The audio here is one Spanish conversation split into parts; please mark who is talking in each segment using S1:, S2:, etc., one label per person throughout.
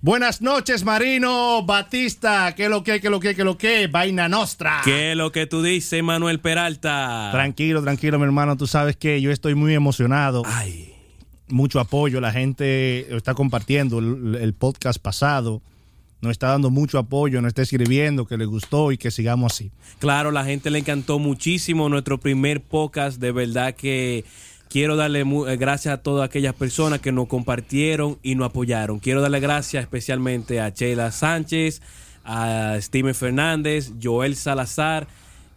S1: Buenas noches, Marino Batista. ¿Qué lo que, qué lo que, qué lo que? Vaina nostra.
S2: ¿Qué es lo que tú dices, Manuel Peralta?
S1: Tranquilo, tranquilo, mi hermano. Tú sabes que yo estoy muy emocionado.
S2: Ay,
S1: Mucho apoyo. La gente está compartiendo el, el podcast pasado. Nos está dando mucho apoyo, nos está escribiendo que le gustó y que sigamos así.
S2: claro, la gente le encantó muchísimo nuestro primer podcast. De verdad que quiero darle mu- eh, gracias a todas aquellas personas que nos compartieron y nos apoyaron. Quiero darle gracias especialmente a Sheila Sánchez, a Steven Fernández, Joel Salazar.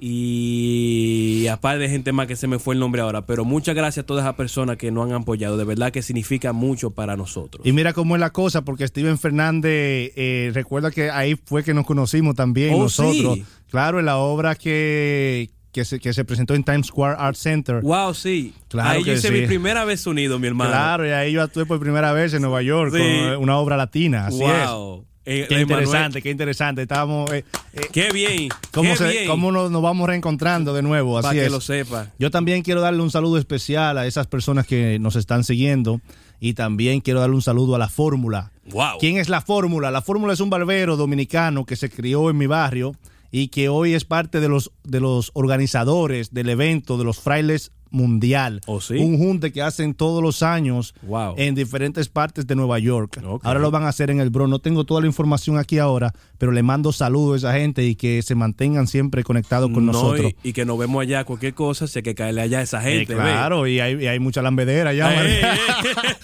S2: Y aparte de gente más que se me fue el nombre ahora, pero muchas gracias a todas las personas que nos han apoyado, de verdad que significa mucho para nosotros.
S1: Y mira cómo es la cosa, porque Steven Fernández, eh, recuerda que ahí fue que nos conocimos también
S2: Oh,
S1: nosotros.
S2: sí.
S1: Claro, en la obra que, que, se, que se presentó en Times Square Art Center.
S2: Wow, sí.
S1: Claro
S2: Ahí yo
S1: que
S2: hice
S1: sí.
S2: mi primera vez unido, mi hermano.
S1: Claro, y ahí yo actué por primera vez en Nueva York
S2: Sí.
S1: con eh, una obra latina. Así
S2: wow. Eh,
S1: es. Qué
S2: Emanuel,
S1: interesante, qué interesante. Estábamos, eh, eh,
S2: Qué bien.
S1: ¿cómo,
S2: qué
S1: se-
S2: bien.
S1: cómo nos, nos vamos reencontrando de nuevo? Así
S2: Para que
S1: es.
S2: lo sepa.
S1: Yo también quiero darle un saludo especial a esas personas que nos están siguiendo y también quiero darle un saludo a la fórmula.
S2: Wow.
S1: ¿Quién es la fórmula? La fórmula es un barbero dominicano que se crió en mi barrio y que hoy es parte de los, de los organizadores del evento de los frailes mundial.
S2: Oh, sí.
S1: Un junte que hacen todos los años
S2: Wow.
S1: en diferentes partes de Nueva York.
S2: Ok.
S1: Ahora lo van a hacer en el Bro. No tengo toda la información aquí ahora, pero le mando saludos a esa gente y que se mantengan siempre conectados con
S2: No,
S1: nosotros.
S2: y, y que nos vemos allá, cualquier cosa, si hay que caerle allá a esa
S1: Eh,
S2: gente. ve.
S1: claro, y hay, y hay mucha lambedera ya.
S2: Ey,
S1: María.
S2: ey,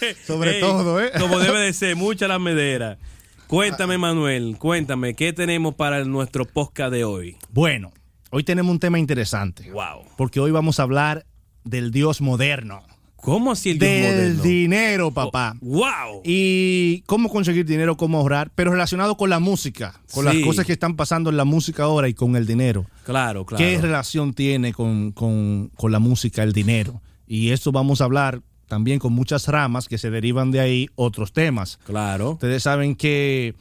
S2: ey.
S1: Sobre
S2: Ey,
S1: todo, ¿eh? Ah.
S2: Como debe de ser, mucha la medera. Cuéntame, Manuel, cuéntame, ¿qué tenemos para nuestro podcast de hoy?
S1: Bueno, hoy tenemos un tema interesante.
S2: Wow.
S1: Porque hoy vamos a hablar del Dios moderno.
S2: ¿Cómo así el Dios
S1: del
S2: moderno? Oh.
S1: dinero, papá.
S2: Wow.
S1: Y cómo conseguir dinero, cómo ahorrar, pero relacionado con la música, con
S2: Sí.
S1: las cosas que están pasando en la música ahora y con el dinero.
S2: claro, claro.
S1: ¿Qué relación tiene con, con- con la música el dinero? Y esto vamos a hablar también con muchas ramas que se derivan de ahí otros temas.
S2: Claro.
S1: Ustedes saben que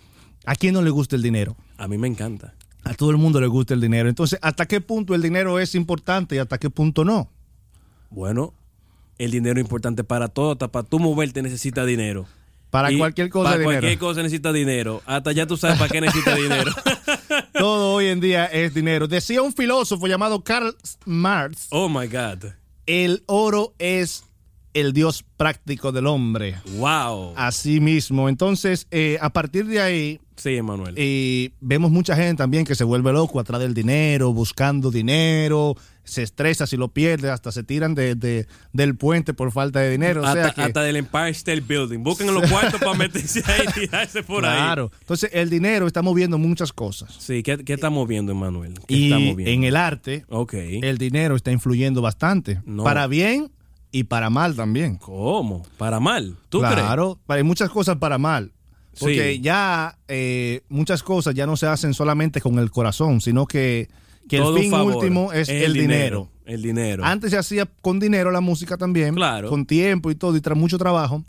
S1: a quién no le gusta el dinero.
S2: A mí me encanta.
S1: A todo el mundo le gusta el dinero. Entonces, ¿hasta qué punto el dinero es importante y hasta qué punto no?
S2: Bueno, el dinero es importante para todo. Hasta para tú moverte necesita dinero.
S1: Para
S2: Y
S1: cualquier cosa,
S2: Para
S1: dinero.
S2: cualquier cosa necesita dinero. Hasta ya tú sabes para qué necesita dinero.
S1: Todo hoy en día es dinero. Decía un filósofo llamado Karl Marx,
S2: oh my God.
S1: el oro es el dios práctico del hombre.
S2: Wow.
S1: Así mismo. Entonces, eh, a partir de ahí,
S2: Sí, Emanuel.
S1: eh, vemos mucha gente también que se vuelve loco atrás del dinero, buscando dinero, se estresa si lo pierde, hasta se tiran de- de- del puente por falta de dinero. O sea
S2: hasta,
S1: que-
S2: hasta del Empire State Building. Busquen los cuartos para meterse ahí y tirarse por ahí.
S1: Claro. Entonces, el dinero está moviendo muchas cosas.
S2: Sí, ¿qué, qué estamos viendo, Emanuel? ¿Qué
S1: Y
S2: estamos viendo?
S1: en el arte,
S2: ok.
S1: el dinero está influyendo bastante.
S2: No.
S1: Para bien y para mal también.
S2: ¿Cómo? ¿Para mal? ¿Tú crees?
S1: claro, hay muchas cosas para mal. Porque
S2: Sí.
S1: ya eh, muchas cosas ya no se hacen solamente con el corazón, sino que, que el
S2: Todo un
S1: fin
S2: favor.
S1: último es el, dinero.
S2: El dinero.
S1: Antes se hacía con dinero la música también,
S2: Claro.
S1: con tiempo y todo, y tras mucho trabajo,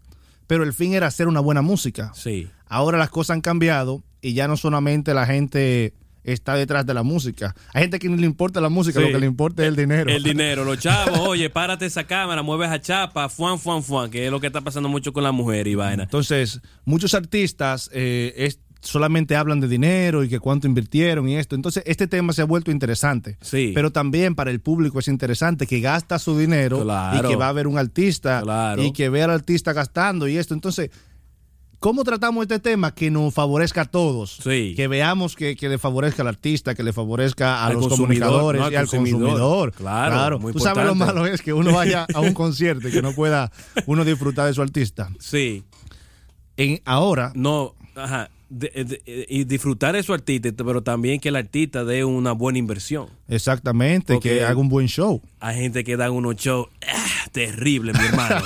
S1: pero el fin era hacer una buena música.
S2: sí.
S1: Ahora las cosas han cambiado y ya no solamente la gente está detrás de la música. Hay gente que ni le importa la música,
S2: Sí.
S1: lo que le importa es el dinero.
S2: El dinero, los chavos, oye, párate esa cámara, mueves a chapa, fuan, fuan, fuan, que es lo que está pasando mucho con la mujer y vaina.
S1: Entonces, muchos artistas eh, es- solamente hablan de dinero y que cuánto invirtieron y esto. Entonces, este tema se ha vuelto interesante.
S2: Sí.
S1: Pero también para el público es interesante que gasta su dinero
S2: Claro.
S1: y que va a haber un artista
S2: Claro.
S1: y que ve al artista gastando y esto. Entonces, ¿cómo tratamos este tema que nos favorezca a todos?
S2: Sí.
S1: Que veamos que, que le favorezca al artista, que le favorezca a
S2: Al
S1: los
S2: consumidor,
S1: comunicadores
S2: no, al
S1: y al
S2: consumidor.
S1: consumidor.
S2: Claro, muy
S1: Tú sabes lo
S2: importante.
S1: malo es que uno vaya a un concierto y que no pueda uno disfrutar de su artista
S2: Sí,
S1: en ahora
S2: no, ajá, de- eh, de- de- y disfrutar de su artista, pero también que el artista dé una buena inversión.
S1: exactamente
S2: Ok.
S1: que haga un buen show
S2: Hay gente que dan unos shows ah, terribles, mi hermano,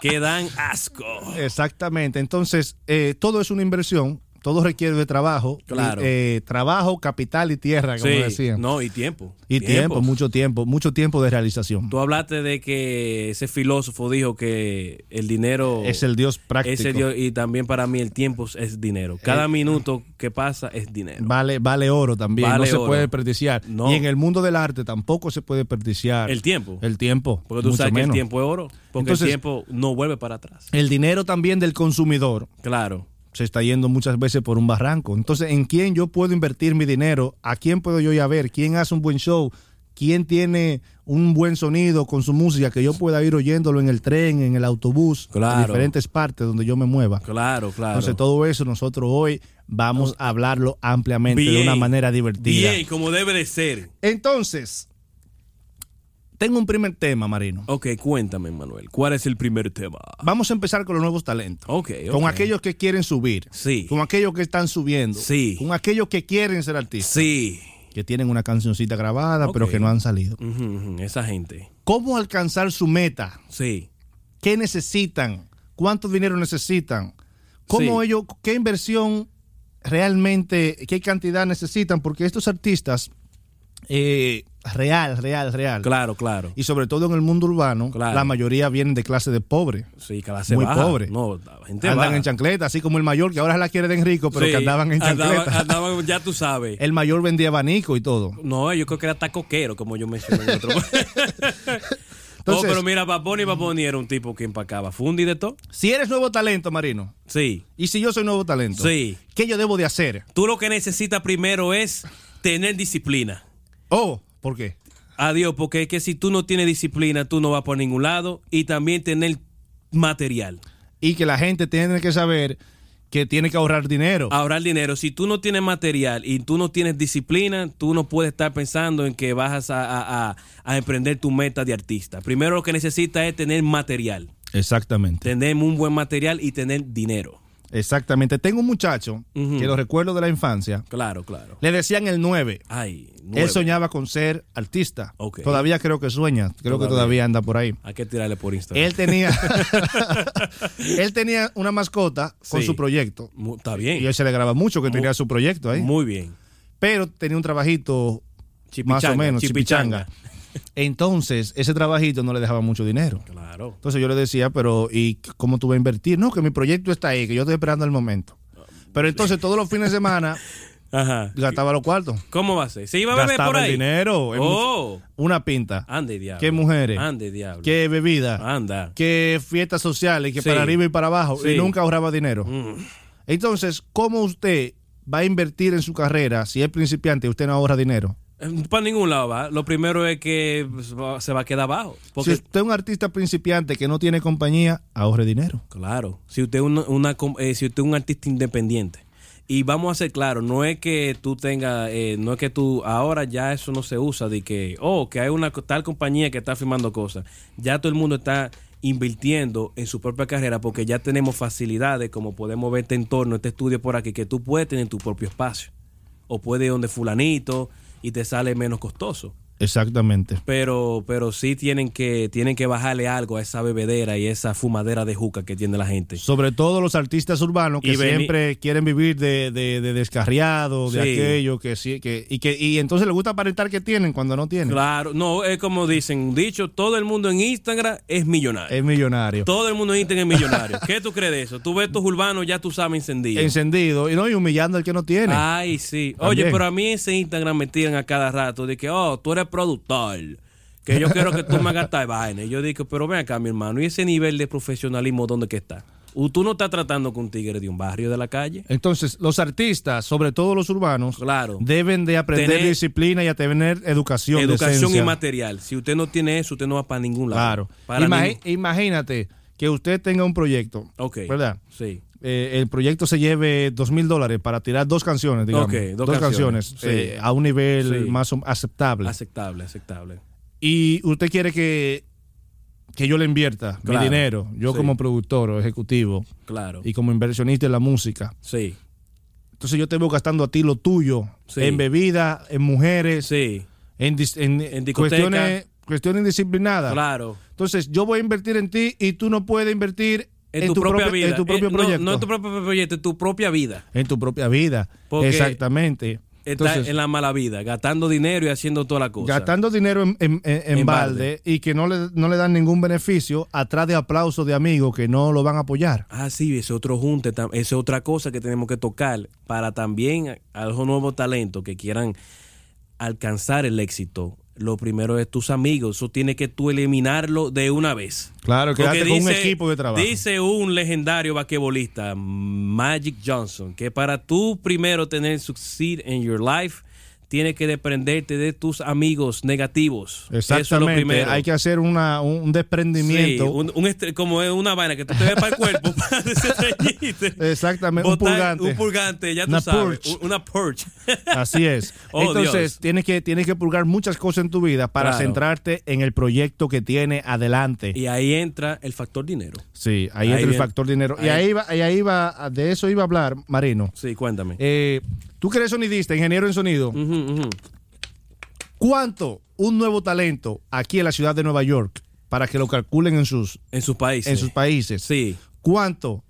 S2: que dan asco.
S1: exactamente entonces eh, todo es una inversión todo requiere de trabajo
S2: Claro.
S1: Y, eh, trabajo capital y tierra como
S2: Sí,
S1: decían
S2: no, y tiempo.
S1: y tiempo. mucho tiempo mucho tiempo de realización
S2: Tú hablaste de que ese filósofo dijo que el dinero
S1: es el dios práctico Eh,
S2: Ese dio- y también para mí el tiempo es dinero. Cada minuto que pasa es dinero.
S1: vale vale oro también no
S2: Vale
S1: se
S2: oro.
S1: puede desperdiciar
S2: No.
S1: y en el mundo del arte tampoco se puede desperdiciar
S2: El tiempo.
S1: el tiempo
S2: Porque tú
S1: mucho
S2: sabes que el
S1: menos.
S2: tiempo es oro. Porque
S1: Entonces-
S2: el tiempo no vuelve para atrás.
S1: el dinero también del consumidor
S2: Claro.
S1: se está yendo muchas veces por un barranco. Entonces, ¿en quién yo puedo invertir mi dinero? ¿A quién puedo yo ir a ver? ¿Quién hace un buen show? ¿Quién tiene un buen sonido con su música que yo pueda ir oyéndolo en el tren, en el autobús,
S2: Claro.
S1: en diferentes partes donde yo me mueva?
S2: Claro, claro.
S1: Entonces, todo eso nosotros hoy vamos a hablarlo ampliamente de
S2: Bien.
S1: una manera divertida.
S2: Bien, como debe de ser.
S1: Entonces, tengo un primer tema, Marino.
S2: Ok, cuéntame, Manuel. ¿Cuál es el primer tema?
S1: Vamos a empezar con los nuevos talentos.
S2: Ok, ok.
S1: Con aquellos que quieren subir.
S2: Sí.
S1: Con aquellos que están subiendo.
S2: Sí.
S1: Con aquellos que quieren ser artistas.
S2: Sí.
S1: Que tienen una cancioncita grabada, pero
S2: Ok.
S1: que no han salido.
S2: Ujú, ujú, Esa gente.
S1: ¿Cómo alcanzar su meta?
S2: Sí.
S1: ¿Qué necesitan? ¿Cuánto dinero necesitan? ¿Cómo
S2: Sí.
S1: ellos, qué inversión realmente, qué cantidad necesitan? Porque estos artistas, eh, real, real, real.
S2: Claro, claro.
S1: Y sobre todo en el mundo urbano,
S2: Claro.
S1: la mayoría vienen de clase de pobre.
S2: Sí, clase
S1: Muy
S2: baja.
S1: pobre.
S2: No, la gente
S1: andan
S2: baja.
S1: en chancleta, así como el mayor, que ahora la quiere de Enrico, pero
S2: Sí,
S1: que andaban en
S2: andaban-
S1: chancleta. Eh,
S2: andaban, ya tú sabes.
S1: El mayor vendía abanico y todo.
S2: No, yo creo que era tacoquero, como yo mencioné en otro. oh, pero mira, Baboni Baboni era un tipo que empacaba fundi de todo.
S1: Si eres nuevo talento, Marino,
S2: Sí.
S1: y si yo soy nuevo talento,
S2: Sí.
S1: ¿qué yo debo de hacer?
S2: Tú lo que necesitas primero es tener disciplina.
S1: Oh, ¿por qué?
S2: Adiós, porque es que si tú no tienes disciplina, tú no vas por ningún lado. Y también tener material.
S1: Y que la gente tiene que saber que tiene que ahorrar dinero.
S2: Ahorrar dinero. Si tú no tienes material y tú no tienes disciplina, tú no puedes estar pensando en que vas a, a- a- a emprender tu meta de artista. Primero lo que necesitas es tener material.
S1: Exactamente.
S2: Tener un buen material y tener dinero.
S1: Exactamente. Tengo un muchacho
S2: Ujú.
S1: que lo recuerdo de la infancia.
S2: Claro, claro.
S1: Le decían el 9.
S2: Ay, nueve.
S1: Él soñaba con ser artista.
S2: Ok.
S1: Todavía creo que sueña. Creo que
S2: Todavía.
S1: todavía anda por ahí.
S2: Hay que tirarle por Instagram.
S1: Él tenía, él tenía una mascota con
S2: Sí. Oh.
S1: su proyecto.
S2: Mu- Está
S1: Y
S2: bien.
S1: él se le graba mucho que tenía su proyecto ahí.
S2: Muy bien.
S1: pero tenía un trabajito más o
S2: Chipichanga,
S1: menos,
S2: chipichanga.
S1: chipichanga. Entonces, ese trabajito no le dejaba mucho dinero.
S2: Claro.
S1: Entonces yo le decía, pero ¿y cómo tú vas a invertir? No, que mi proyecto está ahí, que yo estoy esperando el momento. Pero entonces todos los fines de semana
S2: Ajá.
S1: gastaba los cuartos.
S2: ¿Cómo va a ser? ¿Se iba a beber por
S1: Gastaba
S2: ahí?
S1: el dinero. en
S2: Oh,
S1: Una pinta.
S2: ande diablo.
S1: ¿Qué mujeres?
S2: Ande diablo.
S1: ¿Qué bebida?
S2: Anda.
S1: que fiestas sociales, que
S2: Sí.
S1: para arriba y para abajo,
S2: Sí.
S1: y nunca ahorraba dinero.
S2: Mm.
S1: Entonces, ¿cómo usted va a invertir en su carrera si es principiante y usted no ahorra dinero?
S2: Eh, Para ningún lado va. Lo primero es que pues, va- se va a quedar abajo. Porque,
S1: Si usted es un artista principiante que no tiene compañía, ahorre dinero.
S2: claro, si usted es una, una com- eh, si usted es un artista independiente. Y vamos a ser claros, no es que tú tengas, eh, no es que tú, ahora ya eso no se usa, de que, oh, que hay una co- tal compañía que está firmando cosas. Ya todo el mundo está invirtiendo en su propia carrera porque ya tenemos facilidades, como podemos ver este entorno, este estudio por aquí, que tú puedes tener tu propio espacio. O puedes ir donde fulanito y te sale menos costoso.
S1: Exactamente.
S2: Pero, pero sí tienen que, tienen que bajarle algo a esa bebedera y esa fumadera de juca que tiene la gente.
S1: Sobre todo los artistas urbanos que
S2: Y veni-
S1: siempre quieren vivir de, de, de descarriado, de
S2: Sí.
S1: aquello, que sí, que, y que, y entonces les gusta aparentar que tienen cuando no tienen.
S2: Claro, no, es como dicen, un dicho, todo el mundo en Instagram es millonario.
S1: Es millonario.
S2: Todo el mundo en Instagram es millonario. ¿Qué tú crees de eso? Tú ves estos urbanos, ya tú sabes encendidos.
S1: Encendido, y no, y humillando al que no tiene.
S2: Ay, sí.
S1: También.
S2: Oye, pero a mí ese Instagram me tiran a cada rato de que, oh, tú eres productor. Que yo quiero que tú me hagas tal vaina. Y yo digo, pero ven acá, mi hermano, ¿y ese nivel de profesionalismo dónde que está? ¿O tú no estás tratando con un tigre de un barrio de la calle?
S1: Entonces, los artistas, sobre todo los urbanos,
S2: Claro.
S1: deben de aprender
S2: Tener-
S1: disciplina y a tener educación.
S2: Educación y
S1: decencia.
S2: material. Si usted no tiene eso, usted no va para ningún lado.
S1: Claro.
S2: Para
S1: Imagi-
S2: ningún-
S1: Imagínate que usted tenga un proyecto,
S2: Ok.
S1: ¿verdad?
S2: Sí.
S1: Eh, el proyecto se lleve dos mil dólares para tirar dos canciones, digamos.
S2: Ok, dos
S1: dos, canciones,
S2: canciones,
S1: eh,
S2: sí.
S1: a un nivel
S2: Sí.
S1: más o- aceptable.
S2: Aceptable, aceptable.
S1: y usted quiere que, que yo le invierta
S2: Claro.
S1: mi dinero, yo
S2: Sí.
S1: como productor o ejecutivo
S2: Claro.
S1: y como inversionista en la música.
S2: Sí.
S1: Entonces yo te veo gastando a ti lo tuyo,
S2: Sí.
S1: en bebida, en mujeres,
S2: Sí.
S1: en, dis- en-
S2: En discoteca.
S1: cuestiones, cuestiones indisciplinadas.
S2: Claro.
S1: Entonces, yo voy a invertir en ti y tú no puedes invertir
S2: En, tu, propia vida.
S1: en tu propio
S2: Eh, no-
S1: proyecto.
S2: No, en tu propio proyecto, en tu propia vida.
S1: En tu propia vida.
S2: Porque
S1: Exactamente.
S2: Está
S1: Entonces,
S2: en la mala vida, gastando dinero y haciendo toda la cosa.
S1: gastando dinero en, en- en- en
S2: En balde.
S1: balde y que no le, no le dan ningún beneficio atrás de aplausos de amigos que no lo van a apoyar.
S2: Ah, sí, ese otro junte, tam- esa es otra cosa que tenemos que tocar para también a a los nuevos talentos que quieran alcanzar el éxito. lo primero es tus amigos. Eso tiene que tú eliminarlo de una vez.
S1: Claro,
S2: Porque
S1: quédate con un
S2: dice-
S1: equipo de trabajo.
S2: Dice un legendario basquetbolista, Magic Johnson, que para tú primero tener succeed in your life, tienes que desprenderte de tus amigos negativos. Eso es lo
S1: Exactamente.
S2: primero.
S1: Hay que hacer una, un un desprendimiento.
S2: Sí, un- un estre- como es una vaina que tú te ves para el cuerpo, para que se teñiste.
S1: Exactamente, un
S2: Botar
S1: pulgante.
S2: Un pulgante, ya tú
S1: Una
S2: sabes.
S1: purge.
S2: u- Una purge.
S1: Así es.
S2: Oh,
S1: Entonces,
S2: Dios.
S1: tienes que, tienes que purgar muchas cosas en tu vida para
S2: Claro.
S1: centrarte en el proyecto que tiene adelante.
S2: y ahí entra el factor dinero.
S1: sí, ahí,
S2: ahí
S1: entra el
S2: viene.
S1: factor dinero. Y
S2: Ahí.
S1: ahí va, y ahí va, de eso iba a hablar, Marino.
S2: Sí, cuéntame.
S1: Eh, tú que eres sonidista, ingeniero en sonido,
S2: Ujú, ujú.
S1: ¿cuánto un nuevo talento aquí en la ciudad de Nueva York para que lo calculen en sus,
S2: En sus países.
S1: en sus países?
S2: Sí.
S1: ¿Cuánto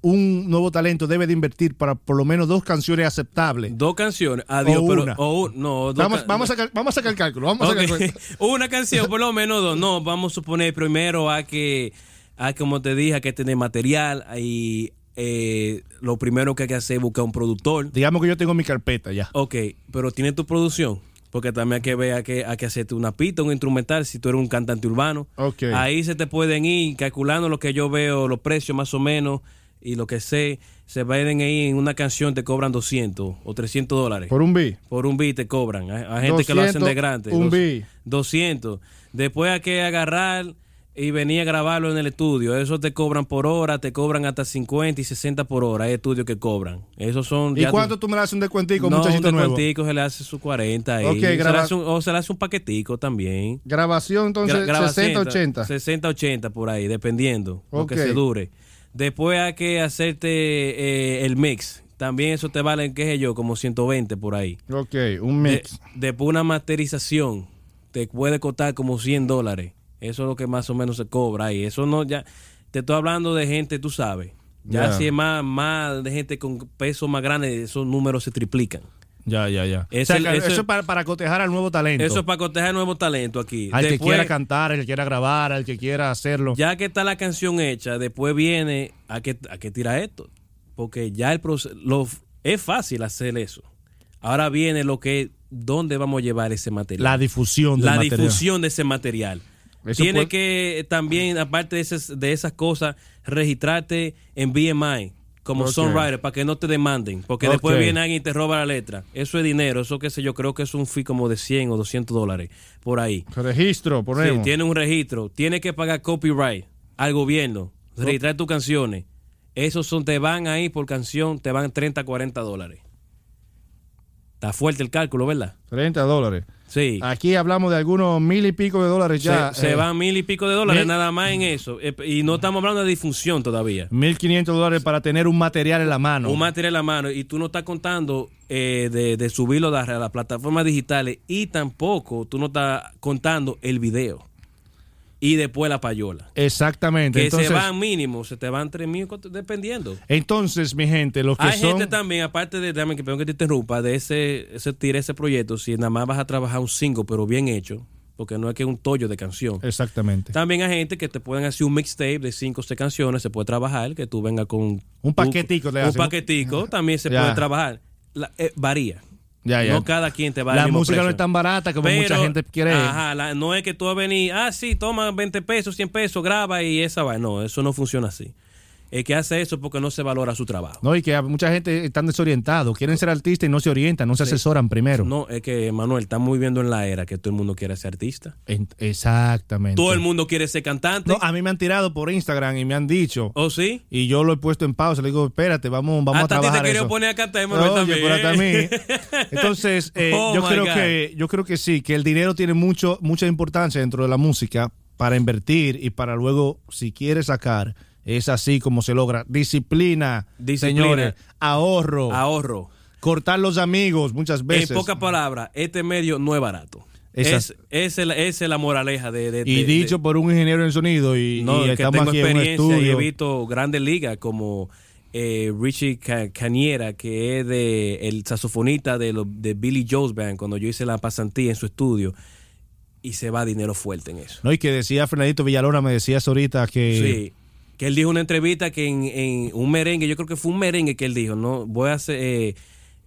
S1: un nuevo talento debe de invertir para por lo menos dos canciones aceptables?
S2: Dos canciones. Adiós,
S1: O
S2: pero.
S1: una.
S2: o un- no, dos
S1: Vamos,
S2: ca-
S1: vamos, a, sacar- vamos a sacar el cálculo. Vamos a
S2: Ok.
S1: sacar el cálculo.
S2: Una canción, por lo menos dos. No, vamos a suponer primero a que, a como te dije, a que tener material. Y eh, lo primero que hay que hacer es buscar un productor.
S1: Digamos que yo tengo mi carpeta ya.
S2: Ok, pero tiene tu producción. Porque también hay que ver, hay que, hay que hacerte una pista, un instrumental, si tú eres un cantante urbano.
S1: Ok.
S2: Ahí se te pueden ir calculando lo que yo veo, los precios más o menos y lo que sé. Se pueden ir en una canción, te cobran 200 o 300 dólares.
S1: Por un B.
S2: Por un beat te cobran. Hay, hay gente que lo hacen
S1: 200,
S2: de grande.
S1: un
S2: Dos-
S1: beat.
S2: 200. Después hay que agarrar y venir a grabarlo en el estudio. Eso te cobran por hora, te cobran hasta 50 y 60 por hora. Hay estudios que cobran. Esos son.
S1: ¿Y
S2: ya tú-
S1: cuánto tú me das un descuentico,
S2: no,
S1: muchachito
S2: un
S1: nuevo?
S2: descuentico se le hace su 40 ahí.
S1: Ok,
S2: se le
S1: graba-
S2: hace un- o se le hace un paquetico también.
S1: Grabación, entonces,
S2: Gra- graba
S1: 60,
S2: 60,
S1: 80.
S2: 60, 80 por ahí, dependiendo. Lo que
S1: Ok.
S2: se dure. Después hay que hacerte eh, el mix. También eso te valen, qué sé yo, como 120 por ahí.
S1: Ok, un mix.
S2: De- después una masterización te puede costar como 100 dólares. Eso es lo que más o menos se cobra ahí. Eso no, ya, te estoy hablando de gente, tú sabes. Ya
S1: Ya.
S2: si es más, más de gente con peso más grande, esos números se triplican.
S1: Ya, ya, ya.
S2: Ese-
S1: O sea, que
S2: ese-
S1: eso es para, para cotejar al nuevo talento.
S2: Eso es para cotejar nuevo talento aquí.
S1: al que
S2: Después,
S1: quiera cantar, al que quiera grabar, al que quiera hacerlo.
S2: Ya que está la canción hecha, después viene a que, a que tira esto. Porque ya el proceso, es fácil hacer eso. Ahora viene lo que es, ¿dónde vamos a llevar ese material?
S1: La difusión del
S2: la
S1: material.
S2: difusión de ese material.
S1: Eso
S2: Tiene
S1: puede-
S2: que eh, también, aparte de esas, de esas cosas, registrarte en BMI como
S1: Ok.
S2: songwriter para que no te demanden, porque
S1: Ok.
S2: después viene alguien y te roba la letra. Eso es dinero, eso qué sé yo, creo que es un fee como de 100 o 200 dólares por ahí.
S1: Registro,
S2: Sí,
S1: ponemos.
S2: tiene un registro, tiene que pagar copyright al gobierno, registrar tus canciones. Esos son, te van ahí por canción, te van 30, 40 dólares. Está fuerte el cálculo, ¿verdad?
S1: 30 dólares.
S2: Sí.
S1: Aquí hablamos de algunos mil y pico de dólares ya.
S2: se, se
S1: eh,
S2: van mil y pico de dólares
S1: mil-
S2: nada más en eso. Eh, Y no estamos hablando de difusión todavía.
S1: 1500 dólares para tener un material en la mano.
S2: Un material a mano y tú no estás contando eh, de, de subirlo a las plataformas digitales y tampoco tú no estás contando el video. Y después la payola.
S1: Exactamente.
S2: Que
S1: entonces,
S2: se van mínimo, se te van tres mil, cuatro- dependiendo.
S1: entonces, mi gente, los que
S2: Hay
S1: son.
S2: gente también, aparte de, dame que perdón que te interrumpa, de ese, ese tira ese proyecto, si nada más vas a trabajar un single, pero bien hecho, porque no es que es un tollo de canción.
S1: Exactamente.
S2: También hay gente que te pueden hacer un mixtape de 5 o 6 canciones, se puede trabajar, que tú vengas con...
S1: Un paquetico le
S2: Un
S1: hacen.
S2: paquetico también se
S1: Ya.
S2: puede trabajar. La- eh, varía.
S1: Ya, ya.
S2: No cada quien te va a
S1: la música no es tan barata como mucha gente quiere.
S2: Ajá, la- no es que tú vas a venir, ah, sí, toma 20 pesos, 100 pesos, graba y esa va. No, eso no funciona así. El que hace eso es porque no se valora su trabajo.
S1: No, y que a- mucha gente están desorientados, quieren ser artistas y no se orientan, no se asesoran primero.
S2: No, es que, Manuel, estamos viviendo en la era que todo el mundo quiere ser artista.
S1: En- exactamente.
S2: Todo el mundo quiere ser cantante.
S1: No, ah, a mí me han tirado por Instagram y me han dicho,
S2: ¿O sí?
S1: y yo lo he puesto en pausa, le digo, espérate, vamos, vamos
S2: Hasta
S1: a
S2: a ti Ah, te
S1: trabajar
S2: quería
S1: eso".
S2: poner a cantar, Manuel,
S1: Oye, pero hasta a mí.
S2: también.
S1: Entonces, eh,
S2: Oh,
S1: yo
S2: my
S1: creo
S2: God.
S1: que yo creo que sí, que el dinero tiene mucho mucha importancia dentro de la música para invertir y para luego si quieres sacar es así como se logra. Disciplina,
S2: Disciplina.
S1: señores, ahorro,
S2: Ahorro.
S1: cortar los amigos muchas veces.
S2: En pocas palabras, este medio no es barato.
S1: Esas-
S2: Es, esa es la, esa es la moraleja de... de-
S1: y
S2: de-
S1: dicho
S2: de-
S1: por un ingeniero en sonido y,
S2: no,
S1: y
S2: que
S1: estamos
S2: tengo
S1: aquí en un
S2: experiencia y he
S1: estudio.
S2: visto grandes ligas como eh, Richie Ca- Caniera, que es de el saxofonista de, los- de Billy Joe's Band, cuando yo hice la pasantía en su estudio, y se va dinero fuerte en eso.
S1: No, y que decía Fernandito Villalona, me decías ahorita que
S2: Sí. Que él dijo en una entrevista que en, en un merengue, yo creo que fue un merengue que él dijo, no, voy a hacer, eh,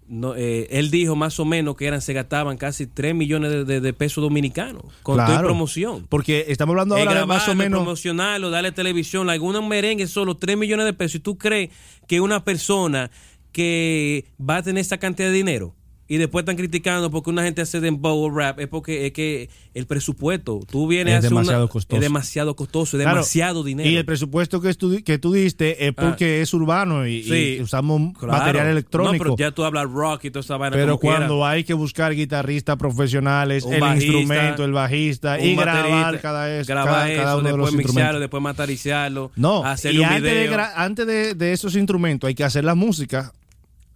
S2: no, eh, él dijo más o menos que eran se gastaban casi 3 millones de, de- de pesos dominicanos con toda y
S1: Claro.
S2: promoción.
S1: Porque estamos hablando
S2: Eh,
S1: ahora de
S2: grabarlo,
S1: más o menos.
S2: promocionarlo, darle televisión, algunos merengues solo 3 millones de pesos. ¿Y tú crees que una persona que va a tener esa cantidad de dinero y después están criticando porque una gente hace dembow o rap es porque es que el presupuesto, tú vienes
S1: Es
S2: a hacer
S1: demasiado
S2: una-
S1: costoso.
S2: es demasiado costoso, es
S1: Claro,
S2: demasiado dinero. Ah.
S1: Y el presupuesto que, estu- que tú diste es porque es urbano y, y
S2: Sí,
S1: usamos
S2: Claro.
S1: material
S2: No,
S1: electrónico.
S2: pero ya tú hablas rock y toda esa vaina.
S1: Pero
S2: como quiera.
S1: cuando hay que buscar guitarristas profesionales,
S2: Un
S1: el
S2: bajista,
S1: instrumento, el bajista,
S2: Un
S1: y grabar
S2: baterista,
S1: cada, es-
S2: grabar
S1: cada- cada uno de
S2: eso,
S1: los
S2: después mixearlo,
S1: instrumentos.
S2: después matarizarlo,
S1: No,
S2: hacerle
S1: y
S2: un
S1: antes, de,
S2: video.
S1: gra- antes de- de esos instrumentos hay que hacer la música,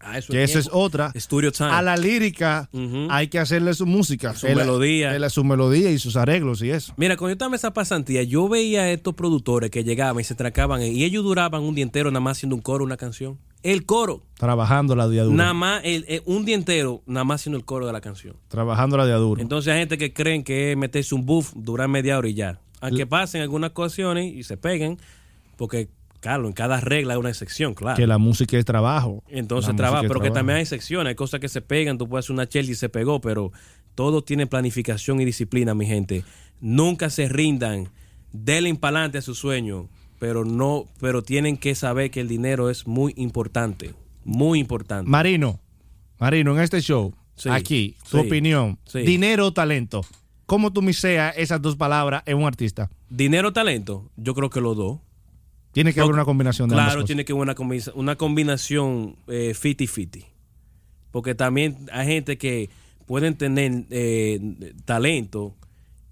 S2: Ah, eso
S1: que esa es
S2: tiempo.
S1: otra.
S2: Studio time.
S1: A la lírica
S2: Ujú.
S1: hay que hacerle su música.
S2: Su
S1: el-
S2: melodía.
S1: el- su melodía y sus arreglos y eso.
S2: Mira, cuando yo estaba en esa pasantía, yo veía a estos productores que llegaban y se atracaban y ellos duraban un día entero nada más haciendo un coro, una canción. El coro,
S1: Trabajando la diadura.
S2: nada más, el- el- un día entero, nada más haciendo el coro de la canción.
S1: Trabajando la diadura.
S2: Entonces hay gente que creen que es meterse un buff, durar media hora y ya. Aunque pasen algunas ocasiones y se peguen, porque, claro, en cada regla hay una excepción, claro.
S1: Que la música es trabajo.
S2: Ah. Entonces
S1: La
S2: trabaja,
S1: música es
S2: pero que
S1: trabajo.
S2: también hay secciones, hay cosas que se pegan, tú puedes hacer una chel y se pegó, pero todo tiene planificación y disciplina, mi gente. Nunca se rindan, denle para adelante a su sueño, pero no, pero tienen que saber que el dinero es muy importante, muy importante.
S1: Marino, Marino, en este show,
S2: Sí,
S1: aquí, tu
S2: sí,
S1: opinión,
S2: sí.
S1: dinero o talento, ¿cómo tú miseas esas dos palabras en un artista?
S2: dinero, talento, yo creo que los dos.
S1: Tiene que haber una combinación de ambas
S2: Claro,
S1: cosas.
S2: tiene que haber una, combi- una combinación eh, fiti fiti. Porque también hay gente que pueden tener eh, talento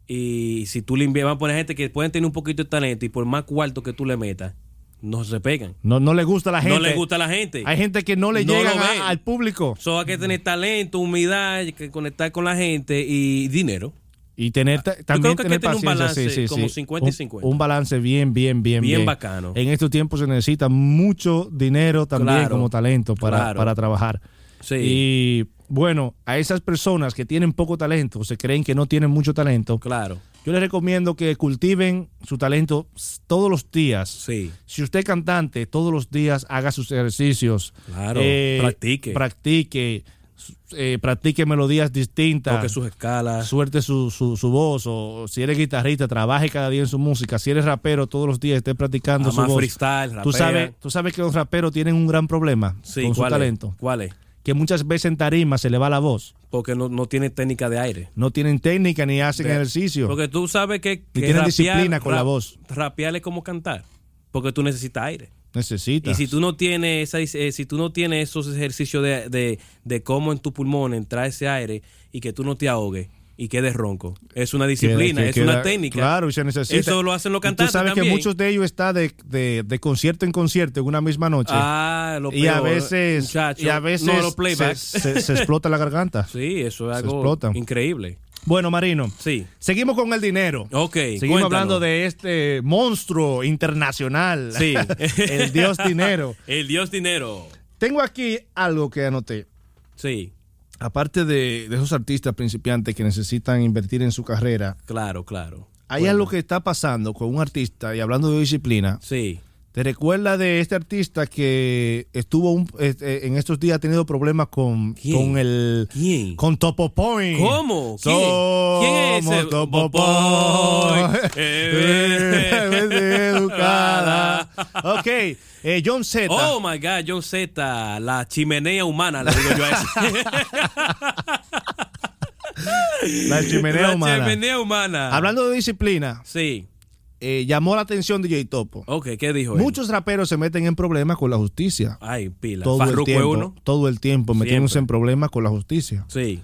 S2: y si tú le envías, van a poner gente que pueden tener un poquito de talento y por más cuarto que tú le metas, no se pegan.
S1: No, no le gusta a la gente.
S2: No le gusta a la gente.
S1: Hay gente que no le
S2: No
S1: llega
S2: lo ve.
S1: a- al público
S2: So, hay que tener talento, humildad, hay que conectar con la gente y dinero.
S1: y tener ta- también
S2: Ah, creo que hay que
S1: tener
S2: tener un
S1: paciencia,
S2: balance
S1: sí, sí,
S2: como
S1: sí.
S2: 50 y
S1: Un-
S2: 50.
S1: Un, balance bien, bien, bien,
S2: Bien
S1: bien.
S2: bacano.
S1: En estos tiempos se necesita mucho dinero también
S2: Claro,
S1: como talento para,
S2: claro.
S1: para trabajar.
S2: Sí.
S1: Y bueno, a esas personas que tienen poco talento, o se creen que no tienen mucho talento,
S2: Claro,
S1: Yo les recomiendo que cultiven su talento s- todos los días.
S2: sí.
S1: Si usted es cantante, todos los días haga sus ejercicios. Eh,
S2: Claro, practique.
S1: Practique, s- eh, practique melodías distintas.
S2: Toque sus escalas.
S1: Suerte su, su, su voz. O si eres guitarrista, trabaje cada día en su música. Si eres rapero, todos los días esté practicando
S2: Ama
S1: su voz.
S2: freestyle, rapea.
S1: Tú sabes, tú sabes que los raperos tienen un gran problema
S2: sí,
S1: con su
S2: ¿cuál es?
S1: talento.
S2: ¿Cuál es?
S1: Que muchas veces en tarima se le va la voz.
S2: Porque no, no tiene técnica de aire.
S1: No tienen técnica ni hacen
S2: De-
S1: ejercicio.
S2: Porque tú sabes que, que
S1: tienen disciplina con la voz.
S2: Rapear es como cantar, porque tú necesitas aire.
S1: Necesitas.
S2: Y si tú no tienes esa, eh, si tú no tienes esos ejercicios de, de, de cómo en tu pulmón entrar ese aire y que tú no te ahogues y quedes ronco, es una disciplina,
S1: que
S2: es
S1: queda-
S2: una técnica.
S1: Claro, y se necesita.
S2: Eso lo hacen los
S1: Y
S2: cantantes
S1: Tú sabes
S2: también.
S1: que muchos de ellos está de, de- de concierto en concierto en una misma noche.
S2: Ah, lo
S1: y, a
S2: peor,
S1: veces,
S2: muchacho.
S1: y a veces
S2: no los
S1: se,
S2: playbacks.
S1: se- se explota la garganta.
S2: sí, eso es
S1: se
S2: algo
S1: explotan.
S2: increíble.
S1: Bueno, Marino,
S2: Sí.
S1: seguimos con el dinero.
S2: Ok,
S1: Seguimos
S2: cuéntanos.
S1: hablando de este monstruo internacional.
S2: Sí.
S1: el dios dinero.
S2: El Dios dinero.
S1: Tengo aquí algo que anoté.
S2: Sí,
S1: Aparte de, de esos artistas principiantes que necesitan invertir en su carrera,
S2: claro, claro.
S1: hay algo que está pasando con un artista, y hablando de disciplina,
S2: Sí.
S1: ¿Te recuerda de este artista que estuvo un- este, en estos días ha tenido problemas con,
S2: ¿Quién?
S1: con el
S2: ¿Quién?
S1: con Topo Point?
S2: ¿Cómo? ¿Quién? ¿Quién es
S1: Somos
S2: ese?
S1: Topo
S2: Point.
S1: Point.
S2: Eh,
S1: Gente educada. Ok, eh, John Z.
S2: Oh my God, John Z, la chimenea humana, le digo yo a ese.
S1: la chimenea
S2: la
S1: humana.
S2: chimenea humana.
S1: Hablando de disciplina,
S2: Sí.
S1: eh, llamó la atención DJ Topo.
S2: Ok, ¿qué dijo él?
S1: Muchos raperos se meten en problemas con la justicia.
S2: Ay, pila.
S1: Todo el,
S2: Farruko es
S1: tiempo,
S2: uno.
S1: todo el tiempo metiéndose
S2: Siempre.
S1: en problemas con la justicia.
S2: Sí.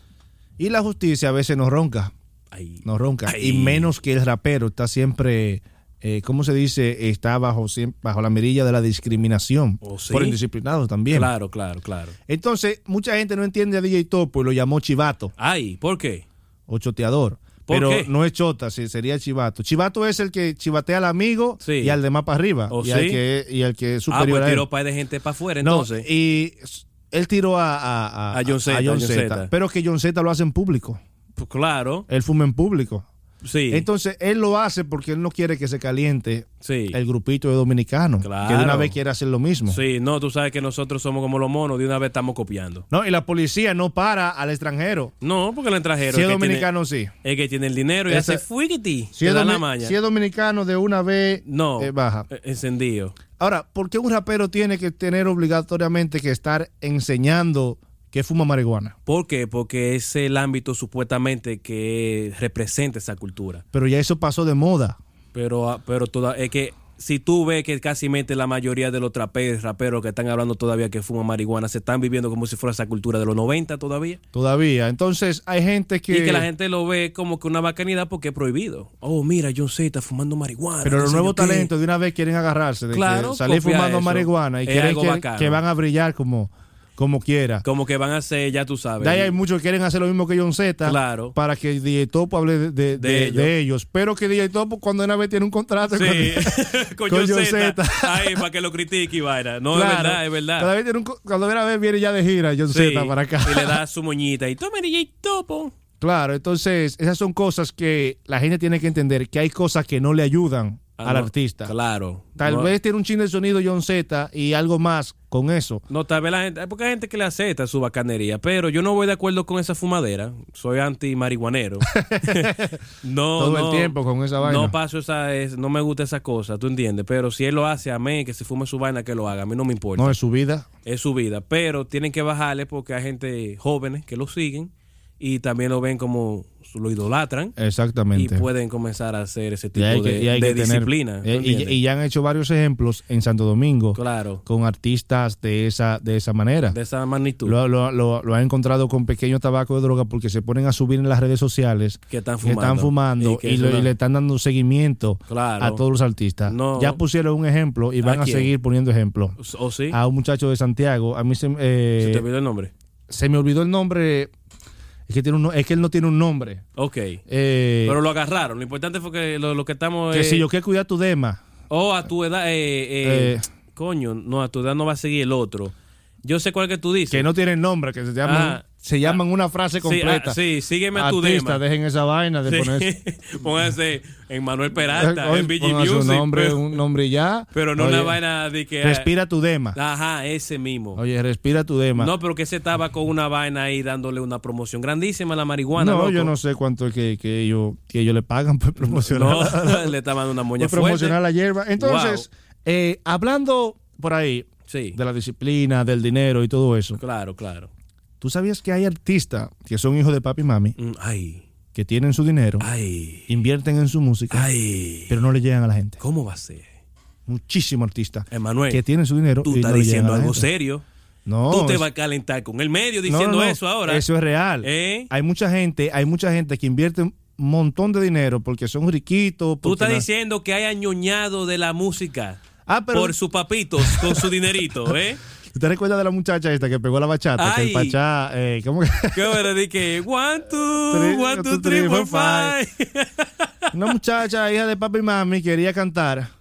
S1: Y la justicia a veces nos ronca.
S2: Ay.
S1: No ronca.
S2: Ay.
S1: Y menos que el rapero está siempre, eh, ¿cómo se dice? Está bajo, siem- bajo la mirilla de la discriminación.
S2: Oh, ¿sí?
S1: Por indisciplinados también.
S2: Claro, claro, claro.
S1: Entonces, mucha gente no entiende a DJ Topo y lo llamó chivato
S2: Ay, ¿por qué?
S1: o choteador.
S2: ¿Por
S1: Pero
S2: qué?
S1: no es chota, sí, sería chivato. Chivato es el que chivatea al amigo
S2: Sí.
S1: y al demás para arriba.
S2: Oh,
S1: y, al
S2: ¿sí?
S1: que, y al que es
S2: Ah,
S1: superior
S2: pues
S1: a él.
S2: tiró para de gente para afuera,
S1: No,
S2: entonces.
S1: y s- él tiró a, a,
S2: A John Zeta, a John
S1: Zeta.
S2: Zeta.
S1: Pero que John Z lo hace en público.
S2: Pues claro.
S1: Él fuma en público.
S2: Sí.
S1: Entonces, él lo hace porque él no quiere que se caliente
S2: Sí.
S1: el grupito de dominicanos,
S2: Claro.
S1: que de una vez quiere hacer lo mismo.
S2: Sí, no, tú sabes que nosotros somos como los monos, de una vez estamos copiando.
S1: No, y la policía no para al extranjero.
S2: No, porque el extranjero
S1: si es
S2: el que
S1: dominicano, sí.
S2: tiene, el que tiene el dinero y
S1: Esa-
S2: hace fuigiti,
S1: Si
S2: te
S1: es,
S2: da la
S1: domi-
S2: maña.
S1: si es dominicano, de una vez
S2: no,
S1: eh, baja.
S2: eh, encendido.
S1: Ahora, ¿por qué un rapero tiene que tener obligatoriamente que estar enseñando que fuma marihuana?
S2: ¿Por qué? Porque es el ámbito supuestamente que representa esa cultura.
S1: Pero ya eso pasó de moda.
S2: Pero, ah, pero toda, es que si tú ves que casi mente la mayoría de los traperos, raperos que están hablando todavía que fuman marihuana, se están viviendo como si fuera esa cultura de los 90 todavía.
S1: Todavía. Entonces, hay gente que.
S2: Y que la gente lo ve como que una bacanidad porque es prohibido. Oh, mira, John C. está fumando marihuana.
S1: Pero
S2: qué
S1: los
S2: sé
S1: nuevos
S2: yo qué.
S1: talentos de una vez quieren agarrarse. De
S2: Claro,
S1: que salir
S2: copia
S1: fumando
S2: eso.
S1: marihuana y
S2: Es
S1: quieren
S2: algo
S1: que,
S2: bacano.
S1: que van a brillar como, como quiera.
S2: Como que van a ser, ya tú sabes.
S1: De ahí hay muchos que quieren hacer lo mismo que John Z
S2: Claro.
S1: para que DJ Topo hable de, de-
S2: De
S1: de- de ellos.
S2: ellos.
S1: Pero que DJ Topo cuando una vez tiene un contrato
S2: Sí,
S1: con
S2: con, John
S1: John
S2: Z.
S1: Z.
S2: Ay, para que lo critique y vaina. No, es
S1: Claro.
S2: verdad, es verdad.
S1: Cada vez tiene un co- cuando una vez viene ya de gira John
S2: Sí,
S1: Z para acá.
S2: Y le da su moñita y toma DJ Topo.
S1: Claro, entonces esas son cosas que la gente tiene que entender, que hay cosas que no le ayudan
S2: Ah,
S1: al
S2: no,
S1: artista.
S2: Claro.
S1: Tal
S2: No-
S1: vez tiene un chin de sonido John Z y algo más con eso.
S2: No, tal vez la gente, hay poca gente que le acepta su bacanería, pero yo no voy de acuerdo con esa fumadera. Soy anti marihuanero. no,
S1: Todo
S2: no,
S1: el tiempo con esa vaina.
S2: No paso esa, es- no me gusta esa cosa, ¿tú entiendes? Pero si él lo hace, amén, que se fume su vaina, que lo haga. A mí no me importa.
S1: No, es su vida.
S2: Es su vida. Pero tienen que bajarle porque hay gente jóvenes que lo siguen y también lo ven como lo idolatran y
S1: Exactamente.
S2: pueden comenzar a hacer ese
S1: Y
S2: tipo
S1: hay que-
S2: de,
S1: y hay
S2: de
S1: que tener-
S2: disciplina. ¿tú
S1: eh, y,
S2: entiendes?
S1: y ya han hecho varios ejemplos en Santo Domingo
S2: claro,
S1: con artistas de esa, de esa manera.
S2: de esa magnitud
S1: Lo, lo, lo- lo han encontrado con pequeño tabaco de droga porque se ponen a subir en las redes sociales
S2: que están
S1: que
S2: fumando.
S1: están fumando
S2: que
S1: y,
S2: es
S1: lo- y
S2: una-
S1: le están dando seguimiento
S2: Claro.
S1: a todos los artistas.
S2: No.
S1: Ya pusieron un ejemplo y van
S2: ¿A
S1: a,
S2: quién?
S1: seguir poniendo ejemplo.
S2: ¿O sí?
S1: A un muchacho de Santiago, a mí se, eh,
S2: ¿Se te olvidó el nombre?
S1: se me olvidó el nombre. Es que, tiene un no- es que él no tiene un nombre.
S2: Ok.
S1: Eh,
S2: Pero lo agarraron. Lo importante fue que lo, lo que estamos...
S1: que
S2: eh,
S1: si yo quiero cuidar tu dema.
S2: Oh, a tu edad... eh, eh,
S1: Eh.
S2: coño, no, a tu edad no va a seguir el otro. Yo sé cuál que tú dices.
S1: que no tienen nombre, que se llaman,
S2: Ah,
S1: se llaman una frase
S2: Sí, ah,
S1: completa.
S2: sí, sígueme a tu
S1: Artista,
S2: dema.
S1: dejen esa vaina de poner
S2: Sí. Póngase en Manuel
S1: Eh,
S2: Peralta,
S1: oye,
S2: en BG
S1: pongan
S2: Music.
S1: su nombre,
S2: pero,
S1: un nombre y ya.
S2: pero no
S1: Oye,
S2: una vaina de que...
S1: Respira tu dema.
S2: Ajá, ese mismo.
S1: Oye, respira tu dema.
S2: No, pero que ese estaba con una vaina ahí dándole una promoción grandísima a la marihuana.
S1: No,
S2: loco.
S1: yo no sé cuánto que, que ellos, que ellos le pagan por promocionar,
S2: No,
S1: la-
S2: le estaba dando una moña
S1: por
S2: fuerte.
S1: promocionar la hierba. Entonces, eh, hablando por ahí
S2: Sí,
S1: de la disciplina, del dinero y todo eso,
S2: claro, claro.
S1: ¿tú sabías que hay artistas que son hijos de papi y mami,
S2: Mm, Ay,
S1: que tienen su dinero,
S2: ay,
S1: invierten en su música,
S2: ay.
S1: pero no le llegan a la gente?
S2: ¿Cómo va a ser?
S1: Muchísimos artistas
S2: Emanuel,
S1: que tienen su dinero
S2: Eh, pues, tú
S1: y
S2: estás
S1: no le llegan
S2: diciendo
S1: a la
S2: algo
S1: gente.
S2: serio.
S1: No,
S2: tú te
S1: es-
S2: vas a calentar con el medio
S1: no, no,
S2: diciendo
S1: no,
S2: eso ahora.
S1: Eso es real.
S2: ¿Eh?
S1: Hay mucha gente, hay mucha gente que invierte un montón de dinero porque son riquitos.
S2: Tú
S1: porque
S2: estás
S1: na-
S2: diciendo que hay añoñado de la música
S1: Ah, pero
S2: por sus papitos con su dinerito, ¿eh?
S1: ¿Usted recuerda de la muchacha esta que pegó la bachata? Que
S2: Ay.
S1: el pachá, eh, ¿cómo que?
S2: Qué verdad, dije, one, two,
S1: Three,
S2: one, two,
S1: two,
S2: three,
S1: three,
S2: four,
S1: four, five.
S2: five.
S1: Una muchacha, hija de papi y mami, quería cantar.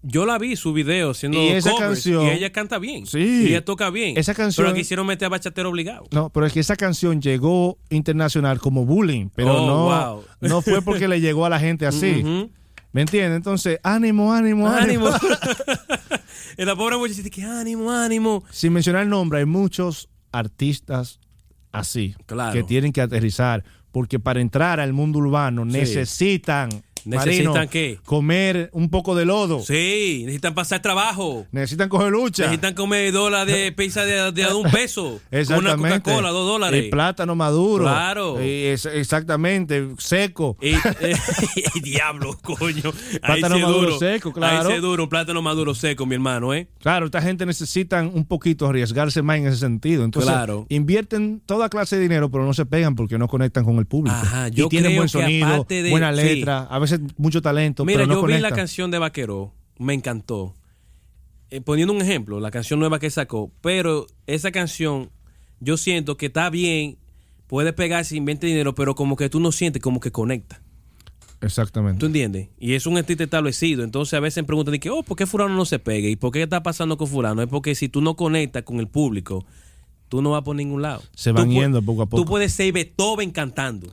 S2: Yo la vi su video siendo
S1: Y esa canción-
S2: y ella canta bien.
S1: Sí.
S2: Y ella toca bien.
S1: Esa canción-
S2: Pero quisieron meter a bachatero obligado.
S1: No, pero es que esa canción llegó internacional como bullying, pero
S2: Oh,
S1: no,
S2: wow.
S1: no fue porque le llegó a la gente así.
S2: Ujú.
S1: ¿Me entiendes? Entonces, ánimo, ánimo, ánimo.
S2: Ánimo. y la pobre muchacha dice que ánimo, ánimo.
S1: Sin mencionar el nombre, hay muchos artistas así
S2: Claro.
S1: que tienen que aterrizar. Porque para entrar al mundo urbano necesitan,
S2: ¿Necesitan
S1: Marino,
S2: qué?
S1: comer un poco de lodo.
S2: Sí, necesitan pasar trabajo.
S1: Necesitan coger lucha.
S2: Necesitan comer dólares de pizza de, de a un peso. Con una Coca-Cola, dos dólares.
S1: El plátano maduro.
S2: Claro.
S1: Y es- exactamente, seco.
S2: Y- eh, y diablo, coño.
S1: Plátano
S2: sí es
S1: maduro seco, claro.
S2: Ahí sí es duro, un plátano maduro seco, mi hermano, ¿eh?
S1: Claro, esta gente necesitan un poquito arriesgarse más en ese sentido. Entonces,
S2: Claro.
S1: invierten toda clase de dinero, pero no se pegan porque no conectan con el público.
S2: Ajá, yo
S1: y tienen
S2: creo
S1: buen
S2: que
S1: sonido,
S2: aparte de-
S1: buena
S2: sí.
S1: letra, a veces mucho talento,
S2: Mira,
S1: pero no
S2: yo vi la
S1: conectan.
S2: canción de Vaquero, me encantó. Eh, poniendo un ejemplo, la canción nueva que sacó, pero esa canción yo siento que está bien, puede pegarse, invente dinero, pero como que tú no sientes, como que conecta. ¿Tú
S1: Exactamente.
S2: entiendes? Y es un artista establecido. Entonces a veces me preguntan, de que, oh, ¿por qué Furano no se pega? ¿Y por qué está pasando con Furano? Es porque si tú no conectas con el público, tú no vas por ningún lado.
S1: Se
S2: Tú
S1: van
S2: pu-
S1: yendo poco a poco.
S2: Tú puedes ser Beethoven cantando,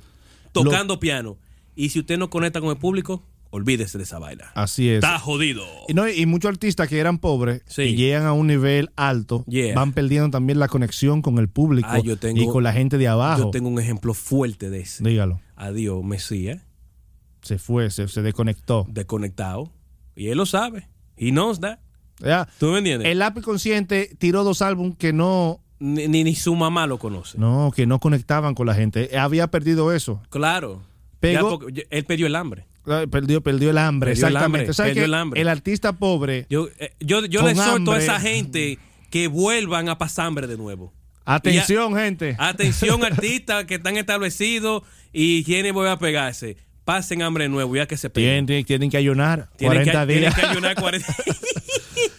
S2: tocando piano. Y si usted no conecta con el público, olvídese de esa vaina.
S1: Así es.
S2: Está jodido.
S1: Y, no, y muchos artistas que eran pobres
S2: Sí.
S1: y llegan a un nivel alto
S2: Yeah.
S1: van perdiendo también la conexión con el público
S2: Ah, yo tengo-
S1: y con la gente de abajo.
S2: Yo tengo un ejemplo fuerte de ese.
S1: Dígalo.
S2: Adiós, Mesías,
S1: Se fue, se, se desconectó.
S2: desconectado. Y él lo sabe. He knows that.
S1: Ya,
S2: ¿Tú me entiendes?
S1: El lápiz consciente tiró dos álbumes que no,
S2: Ni, ni- ni su mamá lo conoce.
S1: no, que no conectaban con la gente. Eh, Había perdido eso.
S2: Claro.
S1: Pegó-
S2: Ya porque- yo- él perdió el hambre.
S1: Ay, Perdió, perdió el hambre.
S2: Perdió el
S1: exactamente.
S2: hambre,
S1: ¿Sabes
S2: perdió
S1: qué?
S2: el hambre.
S1: artista pobre,
S2: Yo, eh, yo, yo
S1: Con
S2: le exhorto a
S1: hambre.
S2: esa gente que vuelvan a pasar hambre de nuevo.
S1: atención, gente.
S2: Ah, Atención, artistas que están establecidos y quienes vuelven a pegarse. Pasen hambre de nuevo, ya que se peguen.
S1: Tienen, tienen que ayunar
S2: Tienen
S1: 40
S2: que,
S1: días.
S2: tienen que ayunar 40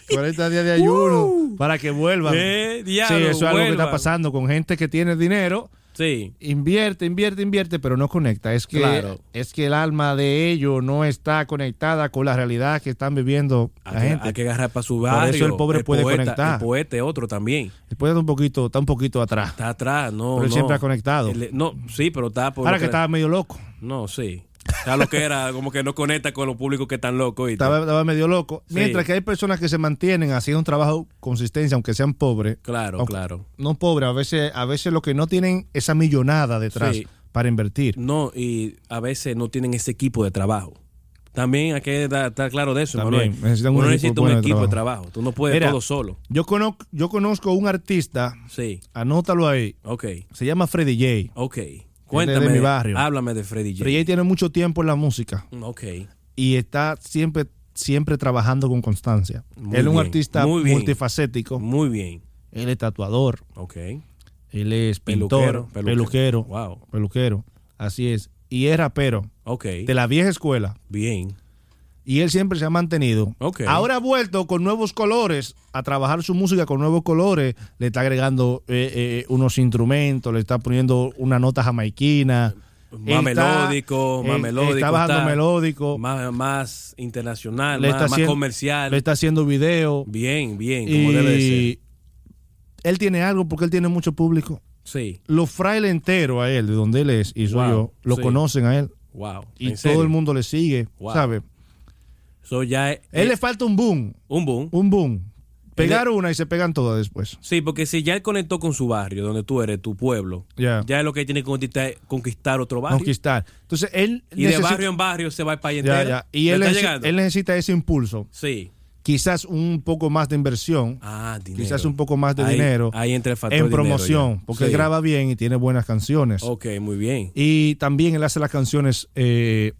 S1: 40 días de ayuno para que vuelvan.
S2: Eh,
S1: sí,
S2: Uh. diablo,
S1: eso es algo que
S2: vuelvan.
S1: está pasando con gente que tiene dinero.
S2: Sí.
S1: Invierte, invierte, invierte, pero no conecta. Es que,
S2: Claro.
S1: es que el alma de ellos no está conectada con la realidad que están viviendo la
S2: Hay, que-
S1: gente.
S2: hay que agarrar para su
S1: eso
S2: barrio.
S1: el pobre puede
S2: poeta,
S1: conectar.
S2: El poeta es otro también.
S1: Después está un poquito, está un poquito atrás.
S2: Está atrás, no.
S1: Pero él
S2: no.
S1: siempre ha conectado.
S2: Él- no, sí, pero está por.
S1: Ahora
S2: lo
S1: que estaba medio loco.
S2: No, sí. Está lo que era, como que no conecta con los públicos que están locos. ¿oíste?
S1: Estaba, estaba medio loco.
S2: Sí.
S1: Mientras que hay personas que se mantienen haciendo un trabajo consistencia, aunque sean pobres.
S2: Claro,
S1: Aunque-
S2: claro.
S1: No pobres, a veces, a veces lo que no tienen esa millonada detrás
S2: Sí.
S1: para invertir.
S2: No, y a veces no tienen ese equipo de trabajo. También hay que da- estar claro de eso,
S1: También,
S2: Manuel.
S1: necesitan un
S2: Uno
S1: equipo
S2: necesita un
S1: bueno de
S2: equipo de trabajo. Tú no puedes
S1: Mira.
S2: todo solo.
S1: Yo conozco, yo conozco un artista,
S2: Sí,
S1: anótalo ahí,
S2: ok,
S1: se llama Freddy J.
S2: ok. Cuéntame,
S1: de mi barrio.
S2: háblame de Freddy J.
S1: Freddy J tiene mucho tiempo en la música
S2: Ok,
S1: y está siempre, siempre trabajando con constancia.
S2: Muy
S1: él es un
S2: bien,
S1: artista
S2: muy bien.
S1: multifacético,
S2: muy bien.
S1: él es tatuador,
S2: Ok,
S1: él es
S2: Peluquero,
S1: pintor,
S2: peluquero.
S1: peluquero,
S2: Wow.
S1: peluquero, así es. Y es rapero
S2: ok,
S1: de la vieja escuela.
S2: bien.
S1: Y él siempre se ha mantenido.
S2: Ok.
S1: Ahora ha vuelto con nuevos colores a trabajar su música con nuevos colores. Le está agregando eh, eh, unos instrumentos, le está poniendo una nota jamaiquina.
S2: Más
S1: Él está-
S2: melódico, más
S1: él-
S2: melódico.
S1: Está bajando
S2: está
S1: melódico.
S2: Más, más internacional,
S1: Le
S2: más,
S1: está
S2: más
S1: haciendo-
S2: comercial.
S1: Le está haciendo video.
S2: Bien, bien, como debe de ser.
S1: Y él tiene algo porque él tiene mucho público.
S2: Sí,
S1: Los frailes enteros a él, de donde él es, y soy
S2: Wow,
S1: yo, lo
S2: sí.
S1: conocen a él.
S2: wow.
S1: Y
S2: en
S1: todo
S2: serio.
S1: el mundo le sigue,
S2: Wow. Eh,
S1: ¿sabe?
S2: So ya es,
S1: Él
S2: es
S1: le falta un boom,
S2: un boom.
S1: un boom. Pegar una y se pegan todas después.
S2: Sí, porque si ya él conectó con su barrio, donde tú eres, tu pueblo,
S1: Ya.
S2: ya es lo que tiene que conquistar, conquistar otro barrio.
S1: conquistar. Entonces él
S2: y de
S1: necesita-
S2: barrio en barrio se va el país
S1: Ya,
S2: entero.
S1: ya. Y
S2: ¿Le
S1: él,
S2: está
S1: necesi-
S2: llegando?
S1: él necesita ese impulso.
S2: Sí.
S1: Quizás un poco más de inversión,
S2: Ah, dinero.
S1: quizás un poco más de
S2: Ahí-
S1: dinero
S2: Ahí entra el factor
S1: en
S2: dinero
S1: promoción,
S2: ya.
S1: porque él
S2: Sí.
S1: graba bien y tiene buenas canciones.
S2: Ok, muy bien.
S1: Y también él hace las canciones, eh,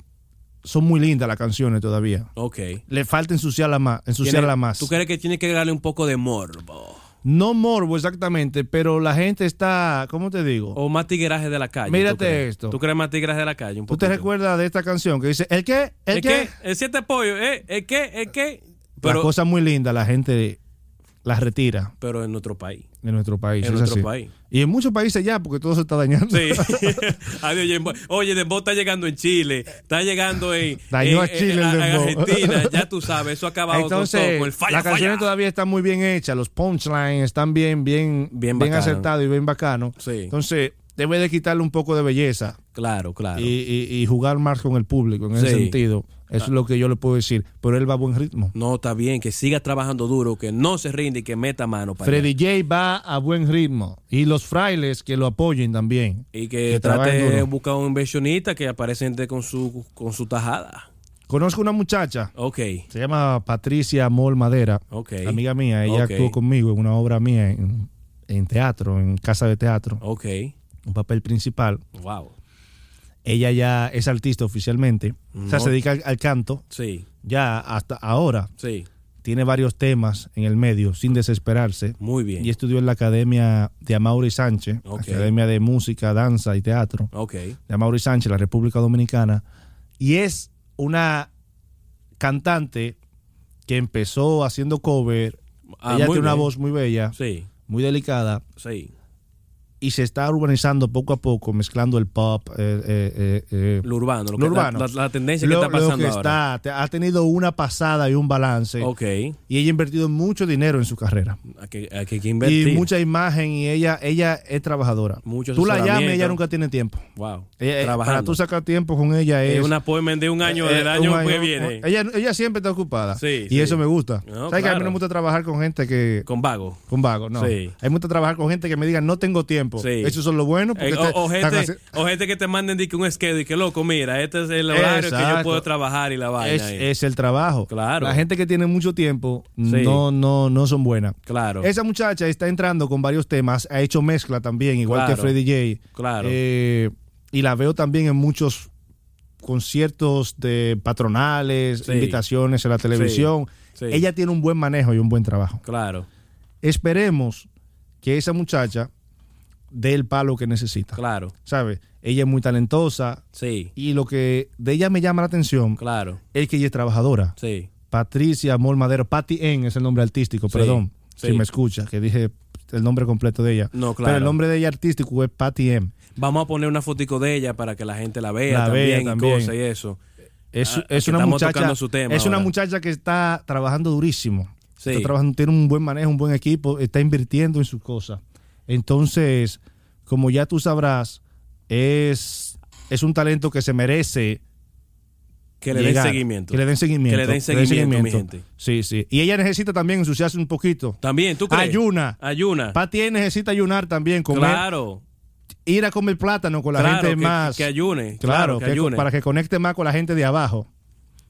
S1: son muy lindas las canciones todavía.
S2: Ok.
S1: Le falta ensuciarla más, ensuciarla
S2: Tiene-
S1: más.
S2: ¿Tú crees que tiene que darle un poco de morbo?
S1: No morbo exactamente, pero la gente está, ¿cómo te digo?
S2: O más tigueraje de la calle.
S1: Mírate
S2: ¿tú crees?
S1: esto.
S2: ¿Tú crees más tigueraje de la calle? Un
S1: ¿Tú te
S2: poquito?
S1: recuerdas de esta canción que dice, ¿el qué? ¿El,
S2: ¿El
S1: qué?
S2: qué? El siete pollo, ¿eh? ¿El qué? ¿El qué?
S1: las
S2: Pero,
S1: cosas muy lindas la gente las retira
S2: pero en nuestro país.
S1: de nuestro país.
S2: En
S1: es
S2: nuestro
S1: así.
S2: país.
S1: Y en muchos países ya, porque todo se está dañando.
S2: Sí. Adiós, Dembow. Oye, Dembow está llegando en Chile, está llegando en,
S1: Dañó
S2: en-
S1: a Chile
S2: en-
S1: el
S2: en
S1: Dembow.
S2: Argentina, ya tú sabes, eso ha acabado con, todo,
S1: Entonces,
S2: con el falla,
S1: las canciones
S2: falla.
S1: todavía están muy bien hechas, los punchlines están bien, bien,
S2: Bien
S1: bien,
S2: bacano.
S1: acertados y bien bacanos.
S2: Sí.
S1: Entonces, debe de quitarle un poco de belleza
S2: Claro, claro.
S1: y, y- y jugar más con el público en ese
S2: Sí. Ah.
S1: sentido. Eso es lo que yo le puedo decir. Pero él va a buen ritmo.
S2: No, está bien, que siga trabajando duro, que no se rinde y que meta mano para allá.
S1: Freddy J va a buen ritmo. Y los frailes que lo apoyen también.
S2: Y que,
S1: que
S2: trate
S1: trabajen
S2: de
S1: duro.
S2: buscar un inversionista que aparece gente con su, con su tajada.
S1: Conozco una muchacha,
S2: Ok,
S1: se llama Patricia Mol Madera.
S2: ok.
S1: Amiga mía, ella
S2: Ok.
S1: actuó conmigo en una obra mía en, en teatro, en casa de teatro,
S2: Ok,
S1: un papel principal.
S2: wow.
S1: Ella ya es artista oficialmente, o sea,
S2: No.
S1: se dedica al, al canto,
S2: Sí,
S1: ya hasta ahora.
S2: sí,
S1: Tiene varios temas en el medio, sin desesperarse.
S2: muy bien.
S1: Y estudió en la Academia de Amaury Sánchez,
S2: Ok.
S1: Academia de Música, Danza y Teatro,
S2: Ok,
S1: de Amaury Sánchez, la República Dominicana. Y es una cantante que empezó haciendo cover.
S2: Ah,
S1: ella
S2: muy
S1: tiene una
S2: bien.
S1: voz muy bella,
S2: sí,
S1: muy delicada.
S2: sí.
S1: y se está urbanizando poco a poco, mezclando el pop, eh, eh, eh,
S2: Lo urbano, lo
S1: lo
S2: que- la-
S1: urbano.
S2: La, la tendencia
S1: Lo-
S2: que está
S1: lo
S2: pasando
S1: que
S2: ahora.
S1: está- te- ha tenido una pasada y un balance.
S2: Ok,
S1: Y ella ha invertido mucho dinero en su carrera.
S2: hay que, hay que invertir.
S1: Y mucha imagen y ella ella es trabajadora.
S2: Mucho
S1: tú la llamas
S2: asesoramiento.
S1: ella nunca tiene tiempo.
S2: Wow,
S1: Ella- eh, para
S2: trabajando.
S1: tú sacar tiempo con ella es...
S2: es una poema de un año,
S1: eh,
S2: del
S1: eh,
S2: año
S1: un
S2: que
S1: año-
S2: viene.
S1: Ella, ella siempre está ocupada.
S2: Sí,
S1: y
S2: sí.
S1: eso me gusta.
S2: No,
S1: ¿Sabes que a mí
S2: claro.
S1: no me gusta trabajar con gente que...
S2: Con vago.
S1: Con vago, no.
S2: Sí.
S1: A mí me gusta trabajar con gente que me diga, no tengo tiempo.
S2: Sí.
S1: Eso son lo bueno. Porque
S2: Eh,
S1: te-
S2: o, o
S1: están
S2: gente,
S1: haci-
S2: o gente que te manden di que un schedule y que loco, mira, este es el horario que yo
S1: Exacto.
S2: puedo trabajar y la vaina.
S1: es,
S2: ahí.
S1: es el trabajo.
S2: Claro.
S1: La gente que tiene mucho tiempo
S2: Sí.
S1: no, no, no son buenas.
S2: claro.
S1: Esa muchacha está entrando con varios temas, ha hecho mezcla también, igual
S2: Claro.
S1: que Freddy J.
S2: Claro.
S1: Eh, y la veo también en muchos conciertos de patronales,
S2: Sí.
S1: invitaciones en la televisión.
S2: Sí.
S1: Ella tiene un buen manejo y un buen trabajo.
S2: claro,
S1: Esperemos que esa muchacha dé el palo que necesita.
S2: claro.
S1: ¿Sabes? Ella es muy talentosa
S2: Sí,
S1: y lo que de ella me llama la atención
S2: claro.
S1: es que ella es trabajadora.
S2: Sí,
S1: Patricia Amor Madero, Patty N es el nombre artístico,
S2: Sí,
S1: perdón,
S2: sí.
S1: si me escucha, que dije el nombre completo de ella.
S2: no, claro.
S1: Pero el nombre de ella artístico es Patty M.
S2: Vamos a poner una fotico de ella para que la gente la vea
S1: La
S2: también
S1: vea
S2: y
S1: también.
S2: cosas y eso.
S1: Es,
S2: Ah,
S1: es
S2: que
S1: una
S2: estamos
S1: muchacha
S2: tocando su tema
S1: es una
S2: ahora.
S1: muchacha que está trabajando durísimo.
S2: Sí.
S1: Está trabajando, tiene un buen manejo, un buen equipo, está invirtiendo en sus cosas. Entonces, como ya tú sabrás, es, es un talento que se merece
S2: Que le den
S1: llegar.
S2: seguimiento.
S1: Que le den seguimiento.
S2: Que le den seguimiento, mi gente.
S1: Sí, sí. Y ella necesita también ensuciarse un poquito.
S2: También, ¿tú crees?
S1: Ayuna.
S2: Ayuna.
S1: Patty N necesita ayunar también, comer,
S2: Claro,
S1: ir a comer plátano con la
S2: claro,
S1: gente
S2: que,
S1: más.
S2: que ayune.
S1: claro,
S2: Claro, que,
S1: que-
S2: ayune.
S1: para que conecte más con la gente de abajo.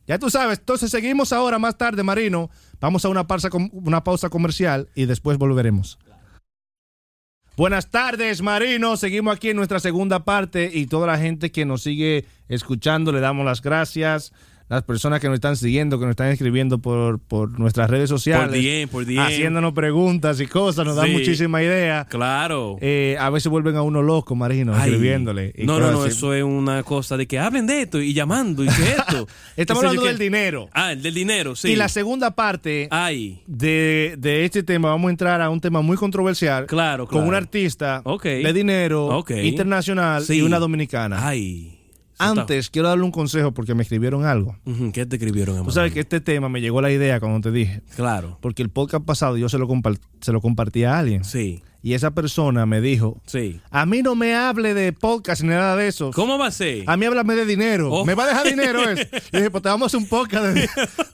S1: Ya tú sabes, entonces seguimos ahora más tarde, Marino. Vamos a una pausa, com- una pausa comercial y después volveremos. Buenas tardes, Marino. Seguimos aquí en nuestra segunda parte y toda la gente que nos sigue escuchando, le damos las gracias. Las personas que nos están siguiendo, que nos están escribiendo por, por nuestras redes
S2: por
S1: sociales,
S2: bien, por bien.
S1: haciéndonos preguntas y cosas, nos dan
S2: Sí.
S1: muchísima idea.
S2: Claro.
S1: Eh, a veces vuelven a uno loco, Marino,
S2: Ay.
S1: escribiéndole. y
S2: No, no,
S1: cosas
S2: no,
S1: así.
S2: eso es una cosa de que hablen de esto y llamando y que esto.
S1: Estamos
S2: Eso yo
S1: hablando
S2: que-
S1: del dinero.
S2: Ah, el del dinero, sí.
S1: Y la segunda parte
S2: Ay,
S1: de, de este tema, vamos a entrar a un tema muy controversial.
S2: Claro,
S1: Con
S2: claro.
S1: un artista
S2: Ok.
S1: de dinero
S2: Ok.
S1: internacional
S2: Sí.
S1: y una dominicana.
S2: ay. Eso
S1: Antes, quiero darle un consejo porque me escribieron algo.
S2: está- Ujú, ¿Qué te escribieron,
S1: Tú
S2: Emanuel?
S1: sabes que este tema me llegó la idea cuando te dije.
S2: Claro,
S1: Porque el podcast pasado yo se lo, compar- se lo compartí a alguien.
S2: sí,
S1: Y esa persona me dijo:
S2: sí.
S1: A mí no me hable de podcast ni nada de eso.
S2: ¿Cómo va a ser?
S1: A mí háblame de dinero.
S2: Oh.
S1: Me va a dejar dinero eso. Y dije, pues te vamos a hacer un podcast de,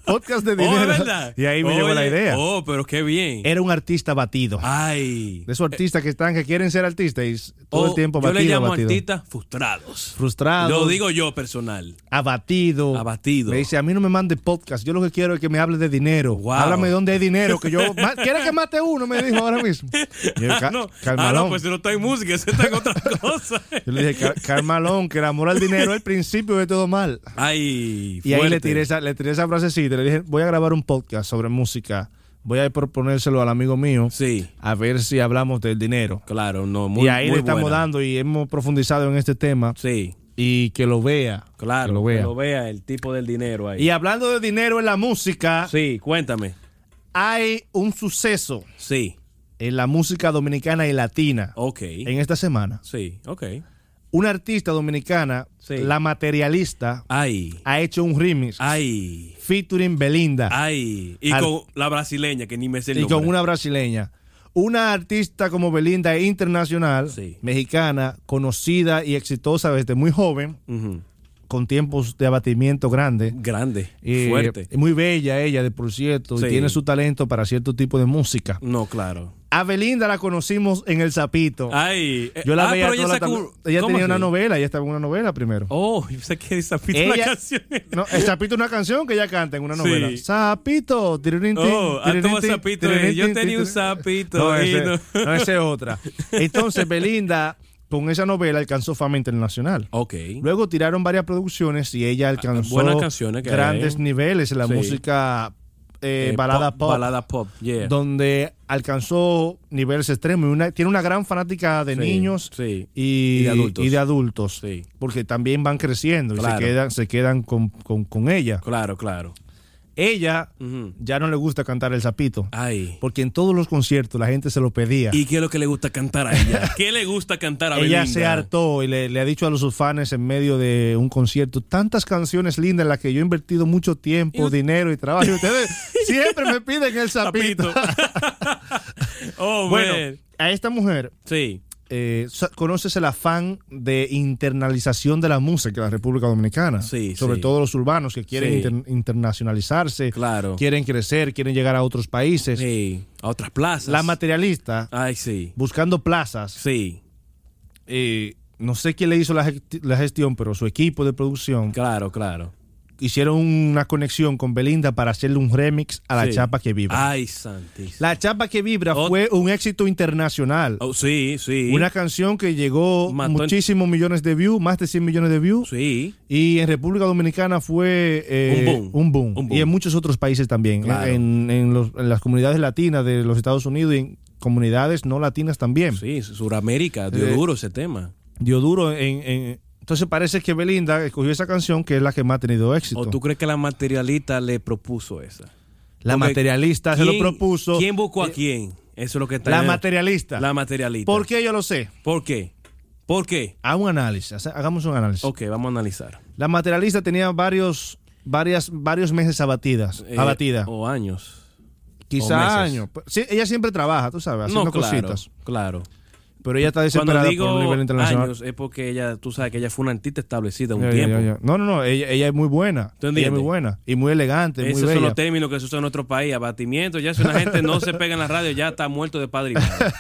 S1: podcast de
S2: Oh, ¿es
S1: dinero.
S2: verdad?
S1: Y ahí me llegó la
S2: Oye,
S1: idea. Eh,
S2: Oh, Ah. pero qué bien.
S1: Era un artista batido.
S2: Ay.
S1: De esos artistas que están, que quieren ser artistas y s- todo
S2: Oh,
S1: el tiempo
S2: Yo
S1: batido,
S2: le llamo
S1: batido.
S2: artistas frustrados.
S1: Frustrado.
S2: Lo digo yo personal.
S1: Abatido.
S2: Abatido.
S1: Me dice, a mí no me mande podcast. Yo lo que quiero es que me hable de dinero.
S2: Wow.
S1: Háblame de dónde hay dinero. Que yo. ma- ¿Quieres que mate uno? Me dijo ahora mismo. Y yo,
S2: Ah,
S1: Eh, "Ca-
S2: no. Ah,
S1: Carmalón.
S2: no, pues si no está en música, se está en otra cosa.
S1: Yo le dije, "Car- Carmalón, que el amor al dinero es el principio de todo mal.
S2: Ay,
S1: Y ahí le
S2: fuerte.
S1: tiré, esa, le tiré esa frasecita, le dije, voy a grabar un podcast sobre música, voy a proponérselo al amigo mío,
S2: Sí,
S1: a ver si hablamos del dinero.
S2: claro, no, muy
S1: y ahí
S2: muy
S1: le estamos
S2: buena.
S1: dando y hemos profundizado en este tema
S2: Sí,
S1: y que lo vea.
S2: claro.
S1: Que lo vea.
S2: el tipo del dinero ahí.
S1: Y hablando de dinero en la música,
S2: Sí, cuéntame.
S1: hay un suceso
S2: Sí,
S1: en la música dominicana y latina
S2: ok.
S1: en esta semana.
S2: Sí, ok.
S1: Una artista dominicana,
S2: Sí. Ah.
S1: la materialista,
S2: Ay,
S1: ha hecho un remix
S2: ay,
S1: featuring Belinda.
S2: ay. Y
S1: Al-
S2: con la brasileña, que ni me sé el
S1: y con
S2: nombre.
S1: una brasileña. Una artista como Belinda es internacional,
S2: Sí.
S1: mexicana, conocida y exitosa desde muy joven,
S2: Ujú.
S1: con tiempos de abatimiento grande.
S2: Grande,
S1: Eh,
S2: fuerte.
S1: es muy bella ella, de por cierto,
S2: Sí.
S1: y tiene su talento para cierto tipo de música.
S2: No, claro.
S1: A Belinda la conocimos en El Zapito.
S2: Ay, eh,
S1: Yo la
S2: ah,
S1: veía
S2: pero ella
S1: toda la
S2: sacó-
S1: tarde. Ella
S2: ¿cómo
S1: tenía una
S2: así?
S1: novela, ella estaba en una novela primero.
S2: Oh, yo pensé que esa fue la
S1: Ella-
S2: canción.
S1: No, el Zapito es una canción que ella canta en una
S2: Sí.
S1: novela. Zapito. tirirín, tin,
S2: Oh, ah, tuvo
S1: tirirín,
S2: zapito,
S1: tirirín,
S2: eh. Yo
S1: tin,
S2: tenía un
S1: tirirín.
S2: zapito,
S1: No,
S2: y
S1: ese-
S2: no.
S1: no, esa es otra. Entonces, Belinda, con esa novela, alcanzó fama internacional.
S2: Ok.
S1: Luego tiraron varias producciones y ella alcanzó
S2: Ah, buenas canciones que
S1: grandes
S2: hay. ¿eh?
S1: niveles en la
S2: Sí.
S1: música eh,
S2: Eh,
S1: balada pop,
S2: Balada pop, yeah.
S1: donde alcanzó niveles extremos. y una- tiene una gran fanática de
S2: Sí,
S1: niños
S2: sí.
S1: y,
S2: Y de adultos.
S1: y de adultos,
S2: Sí.
S1: porque también van creciendo
S2: Claro.
S1: y se quedan, se quedan con, con- con ella.
S2: Claro, claro.
S1: Ella
S2: Ujú.
S1: ya no le gusta cantar el sapito.
S2: Ay.
S1: Porque en todos los conciertos la gente se lo pedía.
S2: Ah. ¿Y qué es lo que le gusta cantar a ella? ¿Qué le gusta cantar a
S1: Ella
S2: Belinda?
S1: se hartó y le, le ha dicho a los fans en medio de un concierto tantas canciones lindas en las que yo he invertido mucho tiempo, dinero y trabajo. Y ustedes siempre me piden el sapito.
S2: Papito. oh,
S1: Bueno,
S2: man.
S1: a esta mujer
S2: Sí.
S1: eh, so- conoces el afán de internalización de la música en la República Dominicana.
S2: Sí,
S1: sobre
S2: sí.
S1: todo los urbanos que quieren
S2: Sí.
S1: inter- internacionalizarse,
S2: Claro.
S1: quieren crecer, quieren llegar a otros países.
S2: Sí. Ah. A otras plazas.
S1: La materialista,
S2: Ay, sí.
S1: buscando plazas,
S2: Sí.
S1: eh, no sé quién le hizo la, gesti- la gestión, pero su equipo de producción
S2: Claro, claro.
S1: hicieron una conexión con Belinda para hacerle un remix a La
S2: Sí. Ah.
S1: Chapa que Vibra.
S2: Ay, santísimo.
S1: La Chapa que Vibra
S2: Ot-
S1: fue un éxito internacional.
S2: Oh, sí, sí.
S1: Una canción que llegó
S2: Mató en-
S1: muchísimos millones de views, más de 100 millones de views.
S2: Sí.
S1: Y en República Dominicana fue eh,
S2: Un boom. Un boom.
S1: Y en muchos otros países también.
S2: Claro.
S1: En, en los- en las comunidades latinas de los Estados Unidos y en comunidades no latinas también.
S2: Sí, Suramérica. Dio
S1: Eh,
S2: duro ese tema.
S1: Dio duro en, en- Entonces parece que Belinda escogió esa canción que es la que más ha tenido éxito.
S2: ¿O tú crees que la materialista le propuso esa?
S1: la
S2: Porque
S1: materialista se lo
S2: ¿quién-
S1: propuso. Eh,
S2: ¿Quién buscó a quién? Eso es lo que está
S1: La
S2: en-
S1: materialista.
S2: La materialista.
S1: ¿Por qué yo lo sé?
S2: ¿Por qué? ¿Por qué?
S1: A un análisis. hace- Hagamos un análisis.
S2: Ok, vamos a analizar.
S1: La materialista tenía varios, varias, varios meses abatidas,
S2: Eh,
S1: abatida.
S2: O años.
S1: Quizá
S2: meses.
S1: años. Pues, Sí, ella siempre trabaja, tú sabes, haciendo
S2: No, claro,
S1: cositas.
S2: claro.
S1: Pero ella está
S2: Cuando
S1: desesperada por
S2: digo
S1: un nivel internacional.
S2: años es porque ella, tú sabes que ella fue una artista establecida un
S1: Ya, ya,
S2: tiempo.
S1: ya, ya. No, no, no. Ella, ella es muy buena. Ella
S2: ¿Tú
S1: es muy
S2: entiendes?
S1: buena. Y muy elegante, muy
S2: Esos son
S1: bella.
S2: los términos que se usan en nuestro país, abatimiento. Ya si una gente no se pega en la radio, ya está muerto de padre. y madre.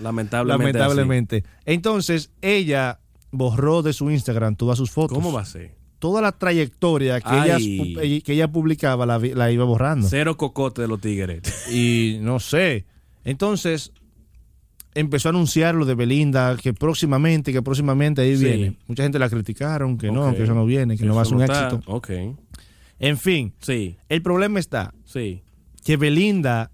S2: Lamentablemente.
S1: Lamentablemente. Entonces, ella borró de su Instagram todas sus
S2: así.
S1: fotos.
S2: ¿Cómo va a ser?
S1: Toda la trayectoria que, ella,
S2: Ay.
S1: pu- que ella publicaba la, vi- la iba borrando.
S2: Cero cocote de los tigres.
S1: Y no sé. Entonces, empezó a anunciar lo de Belinda, que próximamente, que próximamente ahí
S2: Sí.
S1: viene. Mucha gente la criticaron, que no,
S2: Ok.
S1: que eso no viene, que no va a ser
S2: Eso
S1: un
S2: está-
S1: éxito.
S2: Ok.
S1: En fin,
S2: Sí,
S1: el problema está
S2: sí.
S1: que Belinda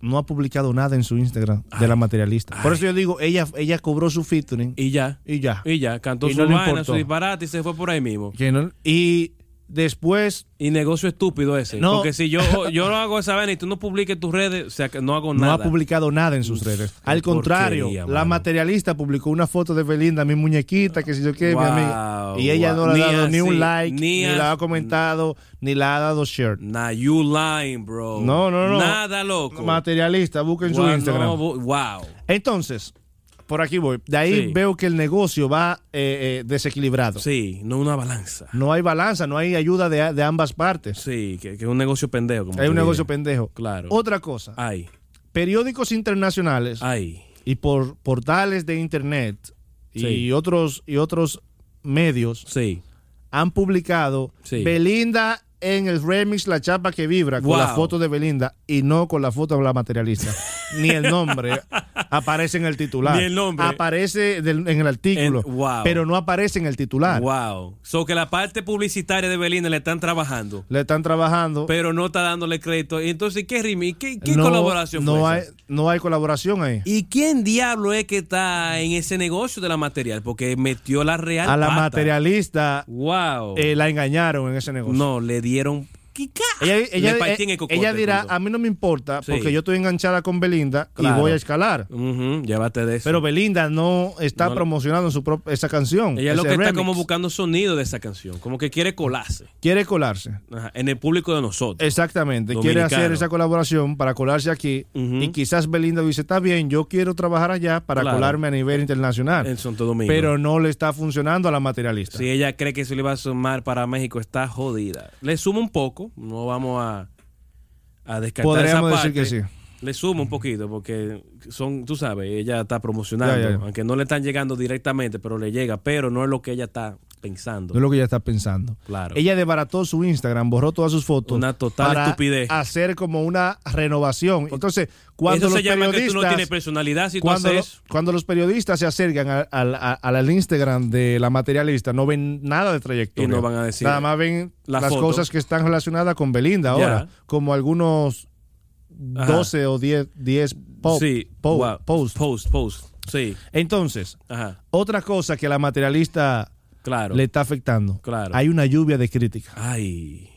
S1: no ha publicado nada en su Instagram de la materialista. Por eso yo digo, ella, ella cobró su featuring
S2: Y ya.
S1: y ya.
S2: Y ya, cantó
S1: Y
S2: su
S1: no le
S2: vaina,
S1: importó.
S2: su disparate y se fue por ahí mismo.
S1: Que no- y después,
S2: Y negocio estúpido ese.
S1: No.
S2: Porque si yo, yo no hago esa vaina y tú no publiques tus redes, o sea, que no hago
S1: no
S2: nada.
S1: ha publicado nada en sus redes. Al
S2: qué
S1: contrario,
S2: porquería,
S1: la
S2: mano.
S1: materialista publicó una foto de Belinda, mi muñequita, que si yo qué, mi
S2: Wow,
S1: amiga. Y ella
S2: wow.
S1: no le ha
S2: Ni
S1: dado ni
S2: así,
S1: un like, ni,
S2: ni
S1: la ha
S2: así.
S1: comentado, ni la ha dado share.
S2: Nah, you lying, bro.
S1: No, no, no.
S2: Nada loco.
S1: Materialista, busquen su
S2: Wow,
S1: Instagram.
S2: no, bu- wow.
S1: Entonces, por aquí voy. De ahí
S2: Sí.
S1: veo que el negocio va eh, eh, desequilibrado.
S2: Sí, no una balanza.
S1: No hay balanza, no hay ayuda de, de ambas partes.
S2: Sí, que, que es un negocio pendejo. como
S1: Hay
S2: te
S1: un
S2: dije.
S1: negocio pendejo.
S2: Claro.
S1: Otra cosa,
S2: Ay,
S1: periódicos internacionales
S2: ay.
S1: y por portales de internet y
S2: Sí.
S1: otros y otros medios
S2: Sí.
S1: han publicado
S2: Sí.
S1: Belinda en el remix La Chapa que Vibra con
S2: Wow.
S1: la foto de Belinda y no con la foto de la materialista. Ni el nombre aparece en el titular.
S2: Ni el nombre.
S1: Aparece del- en el artículo,
S2: En- wow.
S1: pero no aparece en el titular.
S2: Wow. So que la parte publicitaria de Belinda le están trabajando,
S1: Le están trabajando.
S2: pero no está dándole crédito. Y Entonces, ¿qué rimi? ¿Qué, qué
S1: no,
S2: colaboración
S1: no
S2: fue
S1: hay,
S2: esa?
S1: no hay colaboración ahí.
S2: ¿Y quién diablo es que está en ese negocio de la material? Porque metió la real.
S1: A la
S2: pata.
S1: materialista
S2: Wow.
S1: eh, la engañaron en ese negocio.
S2: no, le dieron. ¿Qué ca-
S1: Ella,
S2: Le
S1: ella-
S2: partían el
S1: eh,
S2: cocote,
S1: ella dirá,
S2: punto.
S1: a mí no me importa
S2: Sí.
S1: porque yo estoy enganchada con Belinda y
S2: Claro.
S1: voy a escalar.
S2: Ujú, llévate de eso.
S1: Pero Belinda no está promocionando su prop- esa canción.
S2: Ella lo
S1: ese
S2: que está
S1: remix.
S2: como buscando sonido de esa canción, como que quiere colarse
S1: Quiere colarse.
S2: ajá, en el público de nosotros.
S1: Exactamente. Quiere
S2: Dominicano.
S1: hacer esa colaboración para colarse aquí.
S2: Ujú.
S1: Y quizás Belinda dice, está bien, yo quiero trabajar allá para
S2: Claro. Eh,
S1: colarme a nivel internacional.
S2: en Santo Domingo.
S1: Pero no le está funcionando a la materialista.
S2: si ella cree que se le va a sumar para México, está jodida. Le sumo un poco, no vamos a, a descartar
S1: Podríamos
S2: esa
S1: decir
S2: parte.
S1: que
S2: Le sumo un poquito porque son, tú sabes, ella está promocionando,
S1: Ya, ya, ya.
S2: aunque no le están llegando directamente, pero le llega, pero no es lo que ella está pensando.
S1: No es lo que ella está pensando.
S2: Claro.
S1: Ella desbarató su Instagram, borró todas sus fotos.
S2: Una total
S1: para
S2: estupidez.
S1: Hacer como una renovación. Entonces, cuando
S2: Eso
S1: los
S2: se llama que
S1: periodistas.
S2: tú no tienes personalidad si tú
S1: cuando,
S2: haces
S1: lo-
S2: eso.
S1: cuando los periodistas se acercan a- al a- al Instagram de la materialista, no ven nada de trayectoria.
S2: Y no van a decir-
S1: Nada más ven
S2: La
S1: las
S2: foto.
S1: cosas que están relacionadas con Belinda ahora.
S2: Ya.
S1: Como algunos
S2: Ajá.
S1: 12 o 10, 10 po-
S2: sí,
S1: po-
S2: wow.
S1: posts.
S2: post, post. Sí,
S1: Entonces,
S2: ajá,
S1: otra cosa que la materialista
S2: claro.
S1: le está afectando.
S2: Claro.
S1: Hay una lluvia de críticas.
S2: Ay,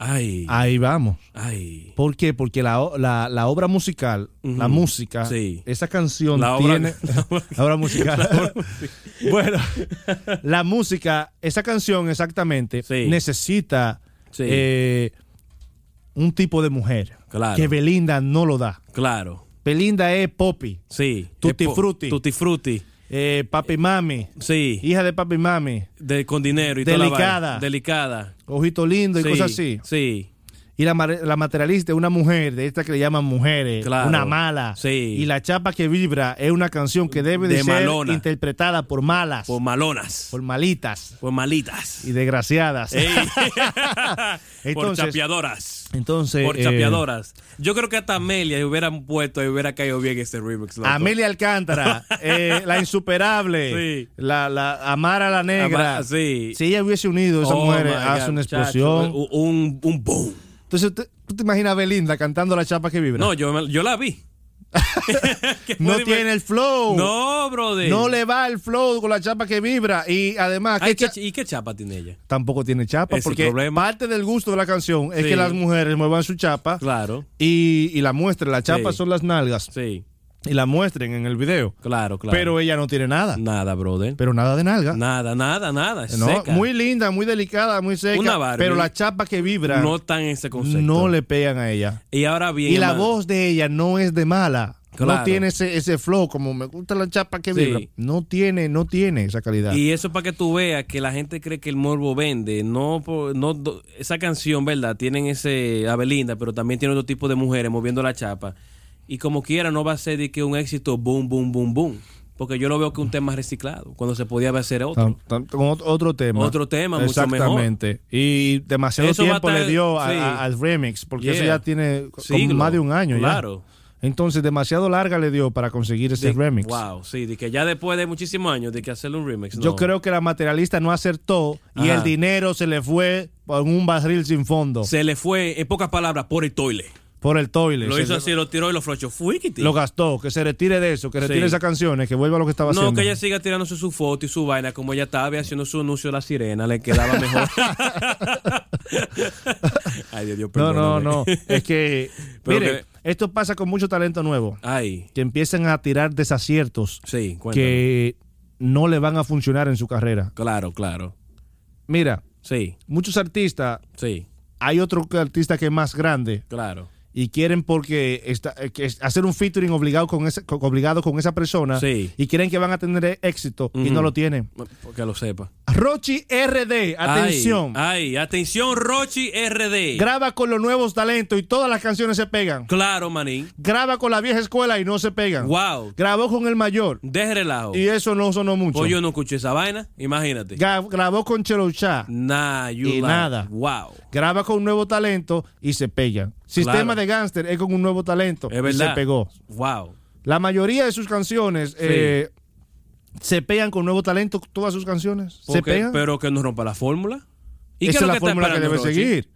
S2: Ay,
S1: Ahí vamos.
S2: ay.
S1: ¿Por qué? Porque la, o- la- la obra musical,
S2: Ujú.
S1: la música,
S2: Sí.
S1: esa canción
S2: La obra-
S1: tiene. la obra musical. bueno, la música, esa canción exactamente,
S2: Sí.
S1: necesita
S2: Sí.
S1: eh, un tipo de mujer
S2: Claro.
S1: que Belinda no lo da.
S2: Claro.
S1: Belinda es Poppy,
S2: Sí.
S1: Tutti
S2: Es po-
S1: frutti.
S2: Tutti frutti.
S1: eh, Papi Mami,
S2: Sí.
S1: hija de Papi Mami,
S2: De, con dinero y toda la
S1: Delicada.
S2: vaina. Delicada.
S1: Ojito Lindo y
S2: Sí,
S1: cosas así.
S2: Sí.
S1: Y la, mar- la materialista es una mujer, de esta que le llaman mujeres,
S2: Claro.
S1: una mala.
S2: Sí.
S1: Y la chapa que vibra es una canción que debe de,
S2: De
S1: ser
S2: malona.
S1: interpretada por malas,
S2: Por
S1: por,
S2: malonas. Por,
S1: malitas
S2: malitas.
S1: y desgraciadas.
S2: Ey. Eh, por
S1: Entonces-
S2: chapeadoras.
S1: Entonces,
S2: por
S1: eh,
S2: chapeadoras. Yo creo que hasta Amelia hubieran puesto y hubiera caído bien este remix. loco.
S1: Amelia Alcántara, eh, la insuperable,
S2: Sí.
S1: la, la Amara la negra.
S2: Ama- sí.
S1: Si ella hubiese unido esa
S2: Oh
S1: mujer,
S2: my
S1: hace
S2: God,
S1: una
S2: chacho,
S1: explosión.
S2: un- un, un boom.
S1: Entonces, ¿tú, tú te imaginas a Belinda cantando la chapa que vibra?
S2: No, yo, me- yo la vi. ¿Qué
S1: No
S2: puede-
S1: tiene el flow.
S2: No, brother.
S1: No le va el flow con la chapa que vibra. Y además,
S2: Ay,
S1: ¿qué
S2: ¿qué
S1: cha-
S2: ch- ¿Y qué chapa tiene ella?
S1: tampoco tiene chapa.
S2: Es el
S1: porque
S2: problema.
S1: parte del gusto de la canción es
S2: Sí.
S1: que las mujeres muevan su chapa
S2: Claro,
S1: y, y la muestren. La chapa
S2: Sí.
S1: son las nalgas
S2: sí,
S1: y la muestren en el video.
S2: claro, claro.
S1: Pero ella no tiene nada.
S2: nada, brother.
S1: Pero nada de nalga.
S2: nada, nada, nada. es
S1: No,
S2: seca.
S1: Muy linda, muy delicada, muy seca.
S2: Una Barbie.
S1: pero la chapa que vibra
S2: no
S1: no,
S2: tan ese concepto.
S1: le pegan a ella.
S2: Y ahora bien.
S1: Y la
S2: hermano,
S1: voz de ella no es de mala. No
S2: Claro.
S1: tiene ese, ese flow, como me gusta la chapa que
S2: Sí.
S1: vibra. No tiene, no tiene esa calidad.
S2: Y eso para que tú veas que la gente cree que el morbo vende. No, por- no do- esa canción, ¿verdad? Tienen ese a Belinda, pero también tiene otro tipo de mujeres moviendo la chapa. Y como quiera, no va a ser de que un éxito boom, boom, boom, boom. Porque yo lo veo que un tema es reciclado, cuando se podía hacer otro.
S1: Tam- tam- con ot- otro tema.
S2: Otro tema, mucho
S1: Exactamente. Y demasiado
S2: Eso va a
S1: tiempo le
S2: estar-
S1: dio a-
S2: sí.
S1: a- al remix, porque eso
S2: Yeah.
S1: ya tiene co- como
S2: Siglo.
S1: más de un año ya.
S2: Claro.
S1: Entonces, demasiado larga le dio para conseguir ese
S2: De-
S1: remix.
S2: Wow, sí, de que ya después de muchísimos años de que hacerle un remix.
S1: Yo
S2: no.
S1: creo que la materialista no acertó y
S2: Ajá.
S1: el dinero se le fue en un barril sin fondo
S2: Se le fue, en pocas palabras, por el toile.
S1: por el toile.
S2: Lo
S1: Se
S2: hizo
S1: le-
S2: así, lo tiró y lo flochó. Fuiquiti.
S1: lo gastó, que se retire de eso, que retire
S2: Sí.
S1: esas canciones, que vuelva a lo que estaba
S2: No,
S1: haciendo.
S2: que ella siga tirándose su foto y su vaina, como ella estaba haciendo su anuncio de la sirena, le quedaba mejor. Ay, Dios, Dios,
S1: no,
S2: perdóname.
S1: no, no. es que,
S2: Pero
S1: mire, esto pasa con mucho talento nuevo,
S2: Ay,
S1: que empiezan a tirar desaciertos
S2: sí, cuéntame.
S1: que no le van a funcionar en su carrera.
S2: Claro, claro.
S1: Mira,
S2: Sí,
S1: muchos artistas,
S2: sí,
S1: hay otro artista que es más grande
S2: claro.
S1: y quieren porque está- eh, que es- hacer un featuring obligado con, ese- co- obligado con esa persona
S2: Sí.
S1: y creen que van a tener e- éxito y
S2: Ujú.
S1: no lo tienen.
S2: Que lo sepa.
S1: Rochi RD, atención,
S2: Ay, ay, atención, Rochi RD.
S1: graba con los nuevos talentos y todas las canciones se pegan.
S2: claro, manín.
S1: Graba con la vieja escuela y no se pegan.
S2: Wow.
S1: Grabó con el mayor
S2: Deje relajo.
S1: y eso no sonó mucho.
S2: Pues yo no escuché esa vaina, imagínate.
S1: Ga- grabó con Cheroucha.
S2: Nah, you
S1: Y
S2: lie.
S1: nada.
S2: Wow.
S1: graba con un nuevo talento y se pegan. Sistema de Gangster es con un nuevo talento
S2: Es
S1: y
S2: verdad.
S1: se pegó.
S2: Wow.
S1: La mayoría de sus canciones eh, se pegan con nuevo talento, todas sus canciones. Se
S2: Ok,
S1: pegan.
S2: Pero que no rompa la fórmula. qué
S1: Esa es
S2: lo
S1: la
S2: está
S1: fórmula que
S2: esperando
S1: debe
S2: Rochi?
S1: seguir.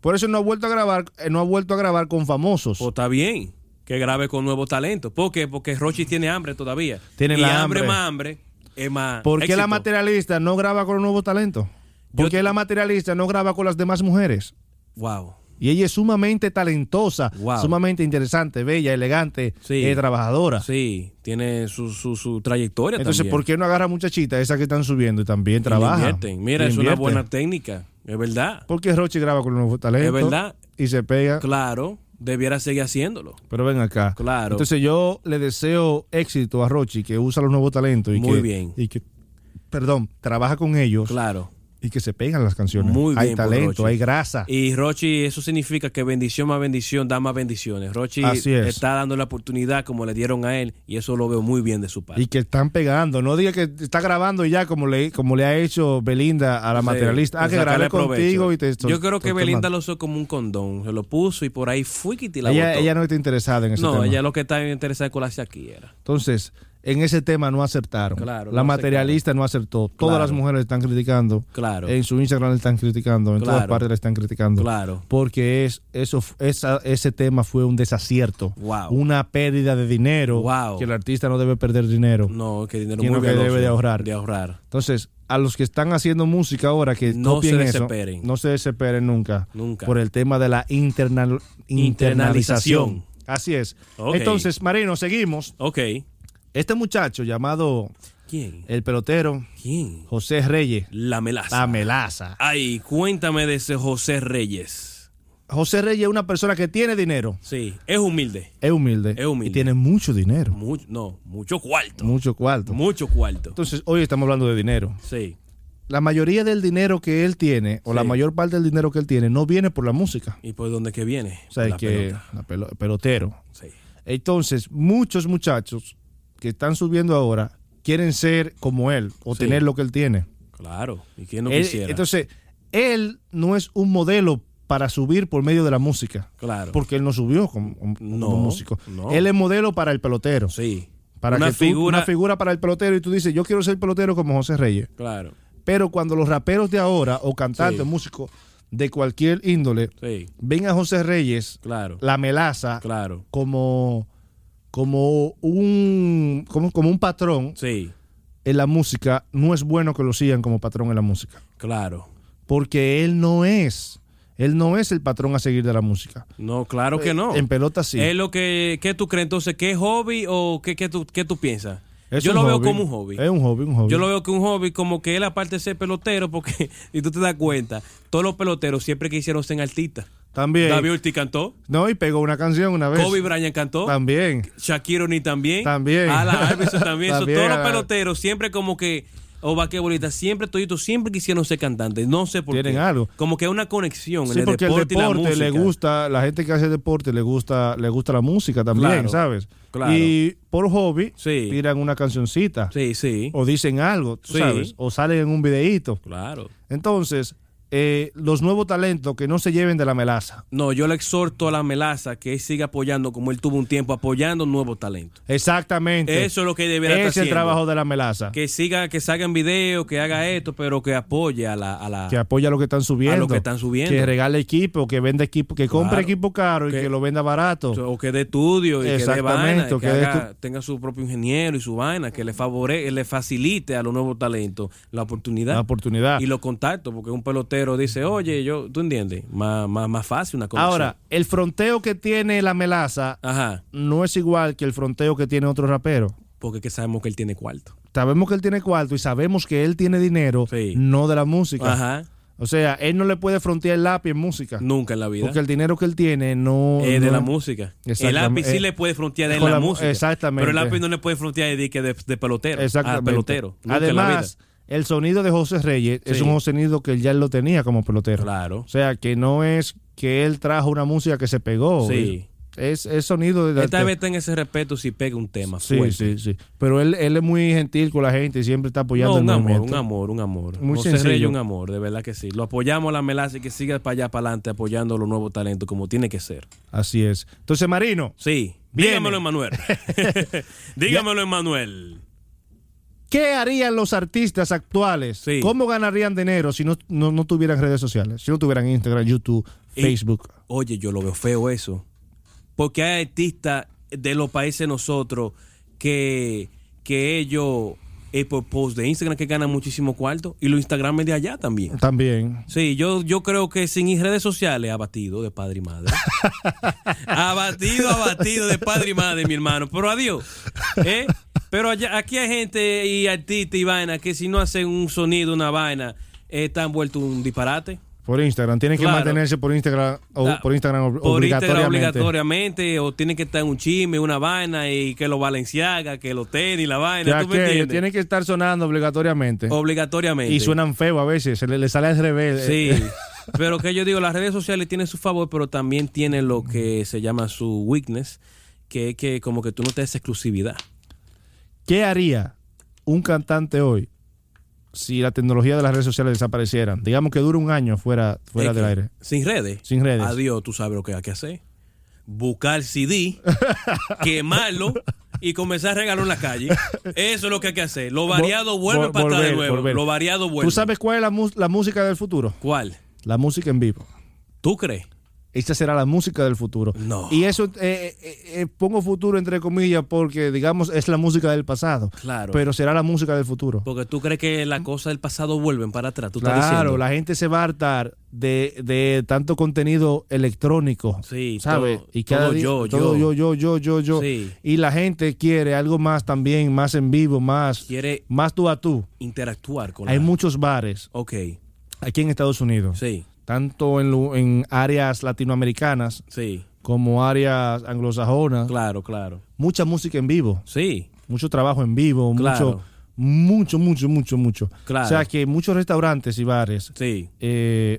S1: Por eso no ha vuelto a grabar, eh, no ha vuelto a grabar con famosos.
S2: Pues está bien. Que grabe con nuevo talento. ¿Por qué? Porque Rochi tiene hambre todavía.
S1: Tiene
S2: y
S1: la hambre.
S2: hambre más hambre es más.
S1: ¿Por qué
S2: éxito.
S1: la materialista no graba con un nuevo talento? ¿Por
S2: Yo-
S1: qué la materialista no graba con las demás mujeres?
S2: Wow.
S1: Y ella es sumamente talentosa,
S2: Wow.
S1: sumamente interesante, bella, elegante,
S2: Sí.
S1: eh, trabajadora.
S2: Sí, tiene su, su, su trayectoria
S1: Entonces,
S2: también.
S1: ¿por qué no agarra muchachitas esas que están subiendo y también
S2: Y le
S1: trabajan?
S2: invierten. Mira,
S1: Y
S2: es una
S1: invierten.
S2: buena técnica. Es verdad.
S1: Porque Rochi graba con los nuevos talentos.
S2: Es verdad.
S1: Y se pega.
S2: Claro. Debiera seguir haciéndolo.
S1: Pero ven acá.
S2: Claro.
S1: Entonces, yo le deseo éxito a Rochi que usa los nuevos talentos. Y
S2: Muy
S1: que,
S2: bien.
S1: Y que, perdón, trabaja con ellos
S2: Claro.
S1: y que se pegan las canciones.
S2: Muy
S1: hay
S2: bien por
S1: talento,
S2: Rochi.
S1: hay grasa.
S2: Y Rochi, eso significa que bendición más bendición da más bendiciones. Rochi
S1: Así es.
S2: está dando la oportunidad como le dieron a él y eso lo veo muy bien de su parte.
S1: Y que están pegando. No diga que está grabando ya como le, como le ha hecho Belinda a la
S2: Sí,
S1: materialista. Ah, que
S2: sacarle
S1: grabé contigo
S2: provecho.
S1: y te
S2: Yo creo que Belinda lo usó como un condón. Se lo puso y por ahí fue y la
S1: ella,
S2: botó.
S1: ella no está interesada en ese
S2: no,
S1: tema.
S2: ella lo que está interesada es colarse aquí era.
S1: Entonces, en ese tema no aceptaron.
S2: Claro,
S1: la
S2: no
S1: materialista no aceptó. Todas
S2: Claro.
S1: las mujeres están criticando.
S2: Claro.
S1: En su Instagram la están criticando. En todas
S2: Claro.
S1: partes la están criticando.
S2: Claro.
S1: Porque es, eso, f- esa- ese tema fue un desacierto.
S2: Wow.
S1: Una pérdida de dinero.
S2: Wow.
S1: Que el artista no debe perder dinero.
S2: No, que dinero
S1: Sino
S2: muy
S1: que
S2: veloz,
S1: debe de ahorrar.
S2: De ahorrar.
S1: Entonces, a los que están haciendo música ahora que
S2: No
S1: copien
S2: se
S1: eso,
S2: desesperen.
S1: no se desesperen nunca.
S2: Nunca.
S1: Por el tema de la internal- internalización.
S2: Internalización.
S1: Así es.
S2: Ok.
S1: Entonces, Marino, seguimos.
S2: Ok.
S1: Este muchacho llamado
S2: ¿Quién?
S1: el pelotero
S2: ¿Quién?
S1: José Reyes,
S2: La melaza.
S1: la melaza.
S2: Ay, cuéntame de ese José Reyes.
S1: José Reyes es una persona que tiene dinero,
S2: Sí, es humilde.
S1: es humilde,
S2: Es humilde.
S1: y tiene mucho dinero,
S2: Mucho, no, mucho cuarto.
S1: mucho cuarto.
S2: Mucho cuarto.
S1: Entonces, hoy estamos hablando de dinero.
S2: Sí.
S1: La mayoría del dinero que él tiene, o la
S2: Sí.
S1: mayor parte del dinero que él tiene, no viene por la música.
S2: ¿Y por dónde que viene?
S1: O sea, es
S2: La
S1: que
S2: pelota.
S1: la pelo- pelotero.
S2: Sí.
S1: Entonces, muchos muchachos que están subiendo ahora quieren ser como él o
S2: Sí.
S1: tener lo que él tiene.
S2: Claro. ¿Y quién no
S1: Él-
S2: quisiera?
S1: entonces, él no es un modelo para subir por medio de la música.
S2: claro.
S1: Porque él no subió como, como
S2: No,
S1: músico.
S2: no.
S1: Él es modelo para el pelotero.
S2: sí.
S1: Para
S2: una
S1: que tú-
S2: figura.
S1: una figura para el pelotero y tú dices, yo quiero ser pelotero como José Reyes.
S2: Claro.
S1: Pero cuando los raperos de ahora o cantantes,
S2: Sí.
S1: músicos de cualquier índole,
S2: Sí.
S1: ven a José Reyes,
S2: Claro.
S1: la melaza,
S2: Claro.
S1: como, como, un, como, como un patrón
S2: Sí.
S1: en la música, no es bueno que lo sigan como patrón en la música.
S2: Claro.
S1: Porque él no es. Él no es el patrón a seguir de la música.
S2: No, claro que no.
S1: En pelota sí.
S2: Es lo que, ¿qué tú crees entonces, ¿qué es hobby o qué, qué tú, qué tú piensas?
S1: Es
S2: Yo
S1: un
S2: lo veo
S1: hobby.
S2: como un hobby.
S1: Es un hobby, un hobby.
S2: Yo lo veo que un hobby como que él aparte de ser pelotero, porque si tú te das cuenta, todos los peloteros siempre quisieron ser artistas.
S1: También.
S2: David Ortiz cantó,
S1: No, y pegó una canción una vez.
S2: Kobe Bryant cantó,
S1: También.
S2: Shaquille O'Neal también,
S1: También.
S2: Alan Iverson también, So,
S1: También,
S2: todos los
S1: Alan.
S2: peloteros siempre como que oh, o vaquebolistas, siempre toditos siempre quisieron ser cantantes, no sé por
S1: Tienen
S2: qué.
S1: algo.
S2: Como que una conexión
S1: Sí,
S2: en el
S1: porque el
S2: deporte, y la
S1: deporte le
S2: música.
S1: gusta, la gente que hace deporte le gusta, le gusta la música también,
S2: Claro,
S1: ¿sabes?
S2: claro.
S1: Y por hobby
S2: Sí.
S1: tiran una cancioncita
S2: Sí, sí.
S1: o dicen algo, tú
S2: Sí.
S1: ¿sabes? O salen en un videíto.
S2: Claro.
S1: Entonces, eh, los nuevos talentos que no se lleven de la melaza.
S2: No, yo le exhorto a la melaza que él siga apoyando como él tuvo un tiempo, apoyando nuevos talentos.
S1: Exactamente.
S2: Eso es lo que deberá
S1: Ese
S2: estar
S1: es el
S2: haciendo.
S1: trabajo de la melaza. Que,
S2: Que siga, que salga en video, que haga esto, pero que apoye a la... A la
S1: apoya lo que están subiendo.
S2: Ah. A lo que están subiendo.
S1: Que regale equipo, que venda equipo, que compre
S2: Claro.
S1: equipo caro y
S2: Que-
S1: que lo venda barato.
S2: o que dé estudio y que dé vaina,
S1: Exactamente,
S2: y que,
S1: que dé
S2: haga- tenga su propio ingeniero y su vaina, que le favore, le facilite a los nuevos talentos la oportunidad
S1: la oportunidad.
S2: y los contactos, porque un pelotero dice, oye, yo, ¿tú entiendes? Más, más, más fácil una cosa.
S1: Ahora, el fronteo que tiene la melaza
S2: Ajá,
S1: no es igual que el fronteo que tiene otro rapero.
S2: porque es que sabemos que él tiene cuarto.
S1: Sabemos que él tiene cuarto y sabemos que él tiene dinero,
S2: Sí.
S1: no de la música.
S2: Ajá,
S1: O sea, él no le puede frontear el lápiz en música.
S2: nunca en la vida.
S1: Porque el dinero que él tiene no...
S2: Eh, de
S1: no-
S2: la música. El
S1: Exactamente.
S2: lápiz sí
S1: Eh,
S2: le puede frontear en
S1: con
S2: la,
S1: la mu-
S2: música.
S1: exactamente.
S2: Pero el lápiz no le puede frontear de, que de, de pelotero.
S1: Exactamente.
S2: A ah, pelotero. Nunca en la
S1: Además, el sonido de José Reyes es
S2: Sí.
S1: un sonido que él ya lo tenía como pelotero.
S2: vida. claro.
S1: O sea, que no es que él trajo una música que se pegó.
S2: Sí.
S1: Es, es sonido de...
S2: Esta vez tenga ese respeto si pega un tema.
S1: Sí, sí,
S2: fuerte.
S1: sí. Pero él, él es muy gentil con la gente y siempre está apoyando
S2: No,
S1: el
S2: un amor,
S1: movimiento.
S2: un amor, un amor.
S1: Muy
S2: José
S1: sencillo.
S2: Reyes, un amor, de verdad que sí. Lo apoyamos a la melaza y que siga para allá, para adelante, apoyando los nuevos talentos como tiene que ser.
S1: Así es. Entonces, Marino,
S2: Sí.
S1: Viene.
S2: Dígamelo, Emanuel. Dígamelo, Emanuel.
S1: ¿qué harían los artistas actuales?
S2: Sí.
S1: ¿Cómo ganarían dinero si no, no, no tuvieran redes sociales? Si no tuvieran Instagram, YouTube,
S2: Y-
S1: Facebook.
S2: Oye, yo lo veo feo eso. Porque hay artistas de los países nosotros que, que ellos, eh, por post de Instagram, que ganan muchísimo cuarto y los Instagram de allá también.
S1: También.
S2: Sí, yo, yo creo que sin redes sociales, abatido de padre y madre. abatido, abatido de padre y madre, mi hermano. Pero adiós. ¿eh? Pero allá- aquí hay gente y artistas y vaina que si no hacen un sonido, una vaina, eh, están vuelto un disparate.
S1: Por Instagram. Tienen
S2: Claro.
S1: que mantenerse por Instagram, o,
S2: Ah,
S1: por Instagram ob-
S2: por Instagram
S1: obligatoriamente.
S2: obligatoriamente, o tienen que estar en un chisme, una vaina, y que los Valenciaga, que los tenis, la vaina,
S1: Ya
S2: ¿tú me
S1: que ellos
S2: entiendes?
S1: tienen que estar sonando obligatoriamente.
S2: Obligatoriamente.
S1: Y suenan feo a veces. Se le, le sale al revés. eh,
S2: Sí, pero que yo digo, las redes sociales tienen su favor, pero también tienen lo que se llama su weakness, que es que como que tú no te das exclusividad.
S1: ¿Qué haría un cantante hoy si la tecnología de las redes sociales desaparecieran? Digamos que dure un año fuera, fuera
S2: Es
S1: del
S2: que
S1: aire.
S2: Sin redes.
S1: Sin redes.
S2: Adiós, tú sabes lo que hay que hacer. Buscar CD, quemarlo, y comenzar a regalar en la calle. Eso es lo que hay que hacer. Lo variado vuelve
S1: Vol-
S2: para atrás de
S1: volver,
S2: nuevo.
S1: volver.
S2: Lo variado vuelve.
S1: ¿Tú sabes cuál es la, mu- la música del futuro?
S2: ¿Cuál?
S1: La música en vivo.
S2: ¿Tú crees?
S1: Esa será la música del futuro.
S2: No.
S1: Y eso, eh, eh, eh, pongo futuro entre comillas porque, digamos, es la música del pasado.
S2: Claro.
S1: Pero será la música del futuro.
S2: Porque tú crees que las cosas del pasado vuelven para atrás. Tú estás
S1: Claro,
S2: diciendo.
S1: la gente se va a hartar de, de tanto contenido electrónico.
S2: Sí,
S1: ¿sabes?
S2: todo-
S1: y cada
S2: todo
S1: día-
S2: yo,
S1: todo
S2: yo.
S1: yo, yo, yo, yo, yo.
S2: Sí.
S1: Y la gente quiere algo más también, más en vivo, más,
S2: Quiere
S1: más tú a tú.
S2: interactuar con
S1: Hay
S2: la-
S1: muchos bares
S2: Ok,
S1: aquí en Estados Unidos,
S2: sí,
S1: tanto en, lu- en áreas latinoamericanas
S2: sí.
S1: como áreas anglosajonas.
S2: Claro, claro.
S1: Mucha música en vivo,
S2: Sí,
S1: mucho trabajo en vivo,
S2: Claro.
S1: mucho, mucho, mucho, mucho, mucho.
S2: Claro.
S1: O sea que muchos restaurantes y bares
S2: sí.
S1: eh,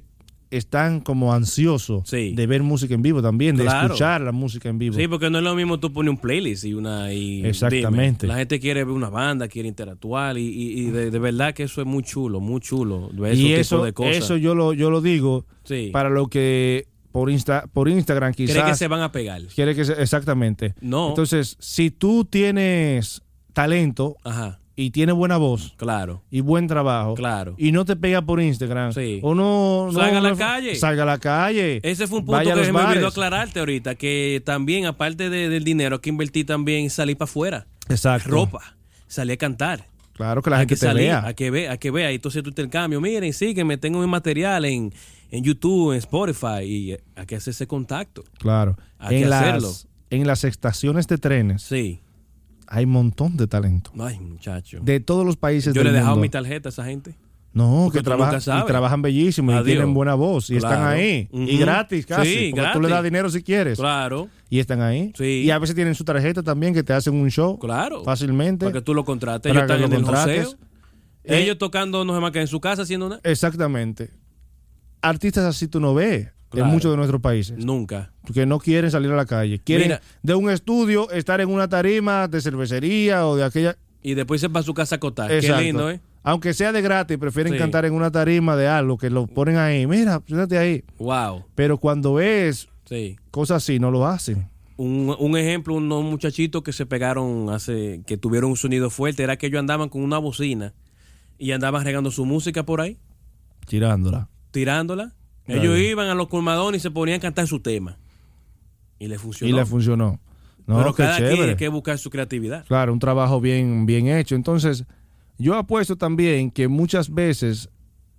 S1: están como ansiosos
S2: Sí.
S1: de ver música en vivo también, de
S2: Claro.
S1: escuchar la música en vivo.
S2: Sí, porque no es lo mismo tú pones un playlist y una... Y,
S1: Exactamente.
S2: dime, la gente quiere ver una banda, quiere interactuar y, y- y de, de verdad que eso es muy chulo, muy chulo. ver
S1: y
S2: esos
S1: eso,
S2: tipos de cosas.
S1: eso yo lo, yo lo digo
S2: sí.
S1: para lo que por Insta, por Instagram quizás
S2: Cree que se van a pegar.
S1: quiere que se- exactamente.
S2: No.
S1: Entonces, si tú tienes talento
S2: Ajá,
S1: y tienes buena voz
S2: claro.
S1: y buen trabajo
S2: Claro.
S1: y no te pega por Instagram
S2: Sí.
S1: o no, no-
S2: Salga a la
S1: no-
S2: calle.
S1: salga a la calle.
S2: Ese fue un punto
S1: Vaya a
S2: que
S1: los
S2: se me olvidó
S1: bares.
S2: aclararte ahorita, que también, aparte de- del dinero, hay que invertí también en salir para afuera.
S1: Exacto.
S2: Ropa, salir a cantar.
S1: Claro que la
S2: a
S1: gente
S2: que
S1: te
S2: salir,
S1: vea.
S2: a que vea, a que vea. Y entonces tú intercambio, miren, sí, que me tengo mi material en, en YouTube, en Spotify, y eh, hay que hacer ese contacto.
S1: Claro.
S2: Hay que
S1: en,
S2: hacerlo.
S1: las, en las estaciones de trenes
S2: Sí.
S1: hay un montón de talento.
S2: Ay, muchacho.
S1: De todos los países
S2: Yo le
S1: del
S2: he dejado
S1: mundo.
S2: mi tarjeta a esa gente.
S1: No,
S2: Porque
S1: que
S2: tú
S1: trabajan,
S2: nunca sabes.
S1: y trabajan bellísimo
S2: Adiós.
S1: y tienen buena voz y están
S2: Claro.
S1: ahí. Y
S2: Ujú.
S1: gratis casi.
S2: Sí,
S1: porque tú le das
S2: gratis.
S1: dinero si quieres.
S2: Claro,
S1: Y están ahí.
S2: Sí.
S1: Y a veces tienen su tarjeta también que te hacen un show
S2: claro.
S1: fácilmente.
S2: Para que tú lo contrates.
S1: para
S2: Ellos
S1: que
S2: están en
S1: lo
S2: el
S1: contrates. Eh.
S2: joseo. Ellos tocando, no se más que en su casa haciendo nada.
S1: Exactamente. Artistas así tú no ves
S2: Claro.
S1: en muchos de nuestros países.
S2: Nunca.
S1: Que no quieren salir a la calle. Quieren
S2: Mira.
S1: de un estudio estar en una tarima de cervecería o de aquella.
S2: Y después se va a su casa a acotar.
S1: Exacto.
S2: Qué lindo, ¿eh?
S1: Aunque sea de gratis, prefieren
S2: Sí.
S1: cantar en una tarima de algo que lo ponen ahí. Mira, siéntate ahí.
S2: Wow.
S1: Pero cuando es
S2: Sí.
S1: cosas así, no lo hacen.
S2: Un, un ejemplo, unos muchachitos que se pegaron hace, que tuvieron un sonido fuerte, era que ellos andaban con una bocina y andaban regando su música por ahí,
S1: Tirándola.
S2: tirándola.
S1: Claro.
S2: Ellos iban a los colmadones y se ponían a cantar su tema. Y les
S1: Y
S2: funcionó.
S1: le funcionó. No,
S2: Pero
S1: qué
S2: cada quien
S1: chévere.
S2: hay que buscar su creatividad.
S1: Claro, un trabajo bien, bien hecho. Entonces, yo apuesto también que muchas veces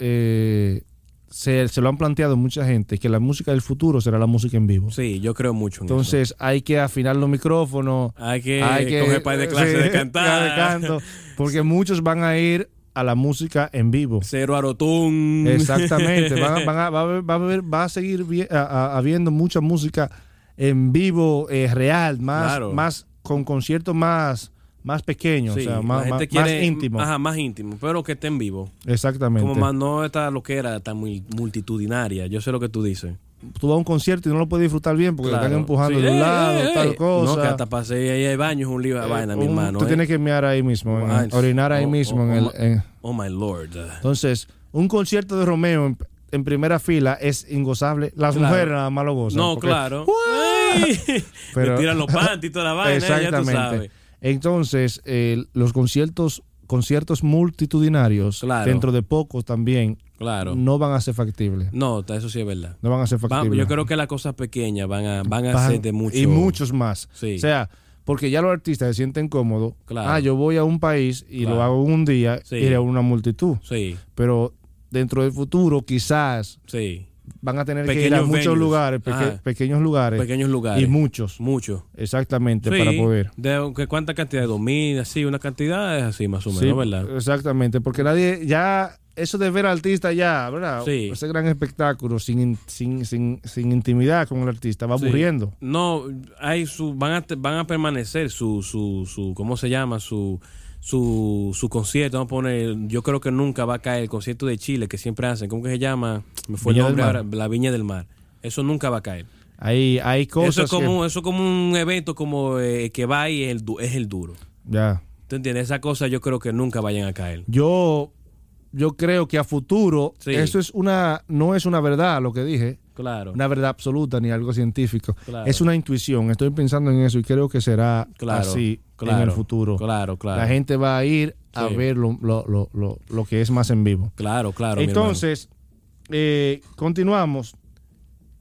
S1: eh, se, se lo han planteado mucha gente, que la música del futuro será la música en vivo.
S2: Sí, yo creo mucho en eso.
S1: Entonces, hay que afinar los micrófonos.
S2: Hay que coger par de clases
S1: sí,
S2: de cantar.
S1: de canto, porque muchos van a ir a la música en vivo.
S2: Cero arotón.
S1: Exactamente. Van a- van a- va, a haber- va a haber- va a seguir vi- a- a- habiendo mucha música en vivo, eh, real, más,
S2: Claro.
S1: más con conciertos más, más pequeños,
S2: Sí,
S1: o sea,
S2: la
S1: más,
S2: gente
S1: más-
S2: quiere-
S1: más íntimo.
S2: Ajá, más íntimo, pero que esté en vivo.
S1: Exactamente.
S2: Como más no está lo que era tan mul- multitudinaria. Yo sé lo que tú dices.
S1: Tú vas a un concierto y no lo puedes disfrutar bien porque te
S2: Claro.
S1: están empujando
S2: Sí,
S1: de un
S2: ey,
S1: lado,
S2: ey,
S1: tal
S2: ey.
S1: cosa.
S2: No, que hasta pasé ahí hay baños, un lío de vaina, mi
S1: Un-
S2: hermano.
S1: Tú
S2: ¿eh?
S1: tienes que mirar ahí mismo, en-
S2: Ay,
S1: orinar ahí
S2: oh,
S1: mismo. en
S2: oh, oh,
S1: el-
S2: ma-
S1: en-
S2: Oh my lord.
S1: Entonces, un concierto de Romeo en, en primera fila es ingozable. Las
S2: Claro.
S1: mujeres nada más lo gozan.
S2: no,
S1: porque- uh,
S2: claro. Ay,
S1: Pero-
S2: Me tiran los panties y toda la vaina, ya tú sabes.
S1: Entonces, eh, los conciertos conciertos multitudinarios
S2: Claro.
S1: dentro de pocos también
S2: Claro.
S1: no van a ser factibles.
S2: No, ta- eso sí es verdad.
S1: No van a ser
S2: Va-
S1: factibles.
S2: yo creo que las cosas pequeñas van a, van a
S1: Van-
S2: ser de mucho.
S1: Y muchos más.
S2: Sí.
S1: O sea, porque ya los artistas se sienten cómodos.
S2: Claro.
S1: Ah, yo voy a un país y
S2: Claro.
S1: lo hago un día
S2: Sí.
S1: y a una multitud.
S2: Sí,
S1: Pero dentro del futuro quizás
S2: sí.
S1: van a tener que ir
S2: Pequeños
S1: a muchos
S2: venues.
S1: lugares, peque-
S2: Ajá.
S1: pequeños lugares
S2: Pequeños lugares.
S1: y muchos,
S2: Mucho.
S1: exactamente,
S2: Sí,
S1: para poder.
S2: De, que ¿Cuánta cantidad? ¿Dos mil? Así, una cantidad es así más o menos,
S1: Sí,
S2: ¿verdad?
S1: Exactamente, porque nadie ya eso de ver al artista ya, ¿verdad?
S2: Sí.
S1: Ese gran espectáculo sin, in- sin, sin, sin intimidad con el artista va
S2: Sí.
S1: aburriendo.
S2: No, hay su, van, a, te- van a permanecer su, su, su, ¿cómo se llama? Su, su, su concierto. Vamos a poner, yo creo que nunca va a caer el concierto de Chile que siempre hacen. ¿Cómo que se llama? Me fue
S1: Viña
S2: el
S1: del
S2: nombre
S1: Mar.
S2: ahora, la Viña del Mar. Eso nunca va a caer.
S1: Hay, hay cosas
S2: Eso es,
S1: que-
S2: como, eso es como un evento como eh, que va y es el, du- es el duro.
S1: ya.
S2: ¿Tú entiendes? Esas cosas yo creo que nunca vayan a caer.
S1: Yo yo creo que a futuro
S2: Sí.
S1: eso es una no es una verdad lo que dije,
S2: Claro.
S1: una verdad absoluta ni algo científico.
S2: Claro.
S1: Es una intuición. Estoy pensando en eso y creo que será
S2: Claro,
S1: así en
S2: claro,
S1: el futuro.
S2: claro, claro.
S1: La gente va a ir a
S2: Sí.
S1: ver lo, lo- lo- lo- lo que es más en vivo.
S2: Claro, claro. mi hermano.
S1: Entonces, eh, continuamos.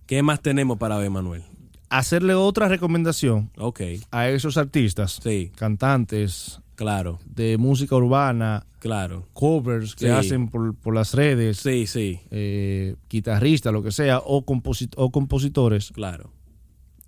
S2: ¿qué más tenemos para ver, Manuel?
S1: Hacerle otra recomendación
S2: Ok,
S1: a esos artistas,
S2: sí,
S1: cantantes
S2: claro,
S1: de música urbana,
S2: claro.
S1: covers que
S2: Sí.
S1: hacen por, por las redes,
S2: Sí, sí,
S1: eh, guitarristas, lo que sea, o, composi- o compositores,
S2: claro.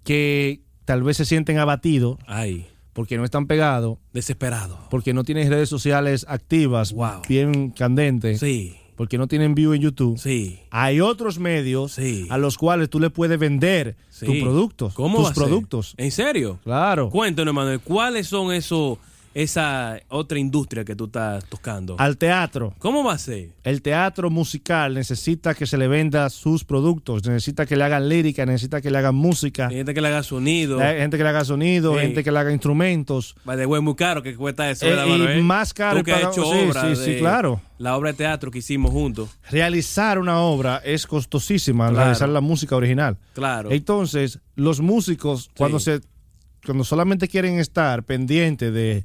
S1: que tal vez se sienten abatidos
S2: Ay,
S1: porque no están pegados,
S2: desesperado.
S1: porque no tienen redes sociales activas,
S2: Wow.
S1: bien candentes,
S2: Sí,
S1: porque no tienen view en YouTube.
S2: sí.
S1: Hay otros medios
S2: Sí.
S1: a los cuales tú le puedes vender
S2: sí.
S1: tus productos,
S2: ¿Cómo
S1: tus
S2: va a ser? Eh,
S1: productos.
S2: ¿En serio?
S1: Claro.
S2: Cuéntanos, Manuel, ¿cuáles son eso, esa otra industria que tú estás tocando?
S1: Al teatro.
S2: ¿Cómo va a ser?
S1: El teatro musical necesita que se le venda sus productos, necesita que le hagan lírica, necesita que le hagan música,
S2: Hay gente que le haga sonido.
S1: Ah. la- gente que le haga sonido,
S2: Sí.
S1: gente que le haga instrumentos.
S2: Va de güey, muy caro que cuesta eso,
S1: Eh,
S2: ¿verdad,
S1: y
S2: Manuel?
S1: más caro
S2: Tú
S1: y
S2: que has
S1: pagado-
S2: hecho
S1: sí,
S2: obra
S1: sí,
S2: de-
S1: sí, claro.
S2: La obra de teatro que hicimos juntos.
S1: Realizar una obra es costosísima,
S2: Claro.
S1: realizar la música original.
S2: Claro.
S1: Entonces, los músicos, cuando se cuando solamente quieren estar pendientes de,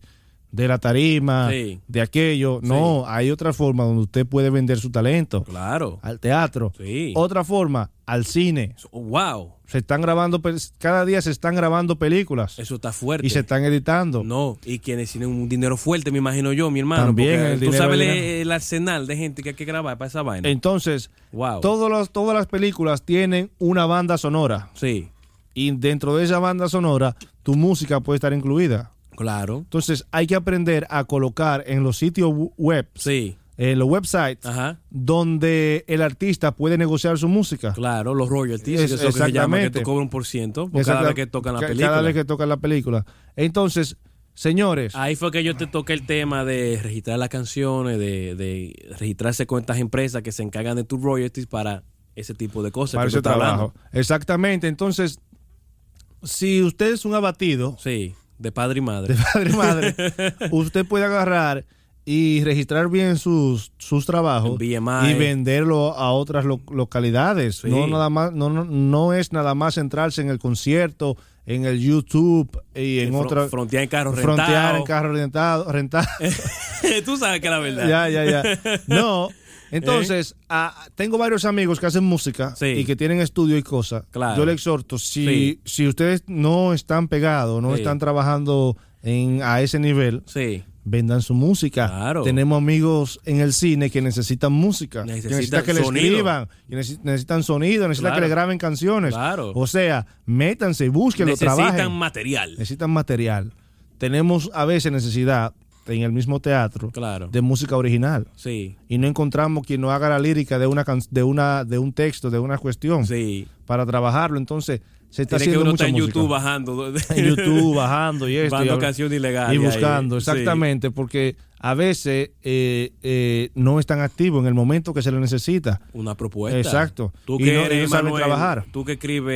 S1: de la tarima,
S2: Sí.
S1: de aquello, no, hay otra forma donde usted puede vender su talento.
S2: Claro.
S1: Al teatro.
S2: Sí.
S1: Otra forma, al cine.
S2: Oh, wow.
S1: Se están grabando, pe- cada día se están grabando películas
S2: Eso está fuerte.
S1: y se están editando.
S2: No, y quienes tienen un dinero fuerte, me imagino yo, mi hermano.
S1: También
S2: porque
S1: el
S2: tú
S1: dinero
S2: sabes
S1: del
S2: el,
S1: dinero.
S2: el arsenal de gente que hay que grabar para esa vaina.
S1: Entonces,
S2: wow.
S1: todos los- todas las películas tienen una banda sonora
S2: Sí,
S1: y dentro de esa banda sonora tu música puede estar incluida.
S2: claro.
S1: Entonces hay que aprender a colocar en los sitios w- web,
S2: Sí,
S1: en los websites,
S2: ajá.
S1: donde el artista puede negociar su música.
S2: Claro, los royalties,
S1: Es-
S2: que es lo que se llama, que
S1: exactamente.
S2: tú cobras un por ciento por cada
S1: Exacta-
S2: vez que tocan la
S1: ca-
S2: película.
S1: Cada vez que tocan la película. Entonces, señores,
S2: Ahí fue que yo te toqué el tema de registrar las canciones, de, de registrarse con estas empresas que se encargan de tus royalties para ese tipo de cosas.
S1: para
S2: que
S1: ese
S2: tú estás
S1: trabajo.
S2: hablando.
S1: Exactamente. Entonces, si usted es un abatido,
S2: Sí, de padre y madre.
S1: de padre y madre, usted puede agarrar y registrar bien sus, sus trabajos
S2: El BMI.
S1: y venderlo a otras lo- localidades.
S2: Sí.
S1: No, nada más, no, no, no es nada más centrarse en el concierto, en el YouTube y en
S2: Fron-
S1: otras...
S2: Frontear en carros
S1: Frontear en
S2: rentados.
S1: carro rentado, rentado.
S2: Tú sabes que es la verdad.
S1: ya, ya, ya.
S2: ¿Eh?
S1: No. Entonces, ah, tengo varios amigos que hacen música
S2: Sí.
S1: y que tienen estudio y cosas.
S2: Claro.
S1: Yo le exhorto, si,
S2: Sí.
S1: si ustedes no están pegados, no
S2: Sí.
S1: están trabajando en, a ese nivel,
S2: Sí.
S1: vendan su música.
S2: Claro.
S1: Tenemos amigos en el cine que necesitan música,
S2: Necesitan
S1: que necesitan que le
S2: sonido.
S1: escriban, que necesi- necesitan sonido, necesitan
S2: Claro.
S1: que le graben canciones.
S2: Claro.
S1: O sea, métanse, búsquenlo,
S2: Necesitan
S1: trabajen.
S2: material.
S1: Necesitan material. Tenemos a veces necesidad en el mismo teatro
S2: Claro.
S1: de música original
S2: Sí.
S1: y no encontramos quien nos haga la lírica de una can- de una de un texto, de una cuestión
S2: Sí.
S1: para trabajarlo. Entonces, se está
S2: Tiene que
S1: haciendo
S2: uno
S1: mucha
S2: está en
S1: música.
S2: YouTube bajando.
S1: en YouTube bajando y esto y
S2: Bando
S1: habla-
S2: canción ilegal.
S1: y
S2: ahí.
S1: buscando,
S2: Sí.
S1: exactamente, porque a veces eh, eh, no están activos en el momento que se le necesita.
S2: Una propuesta.
S1: Exacto.
S2: Tú
S1: Y
S2: que
S1: no- y no
S2: eres,
S1: saben
S2: Manuel,
S1: trabajar.
S2: Tú que escribes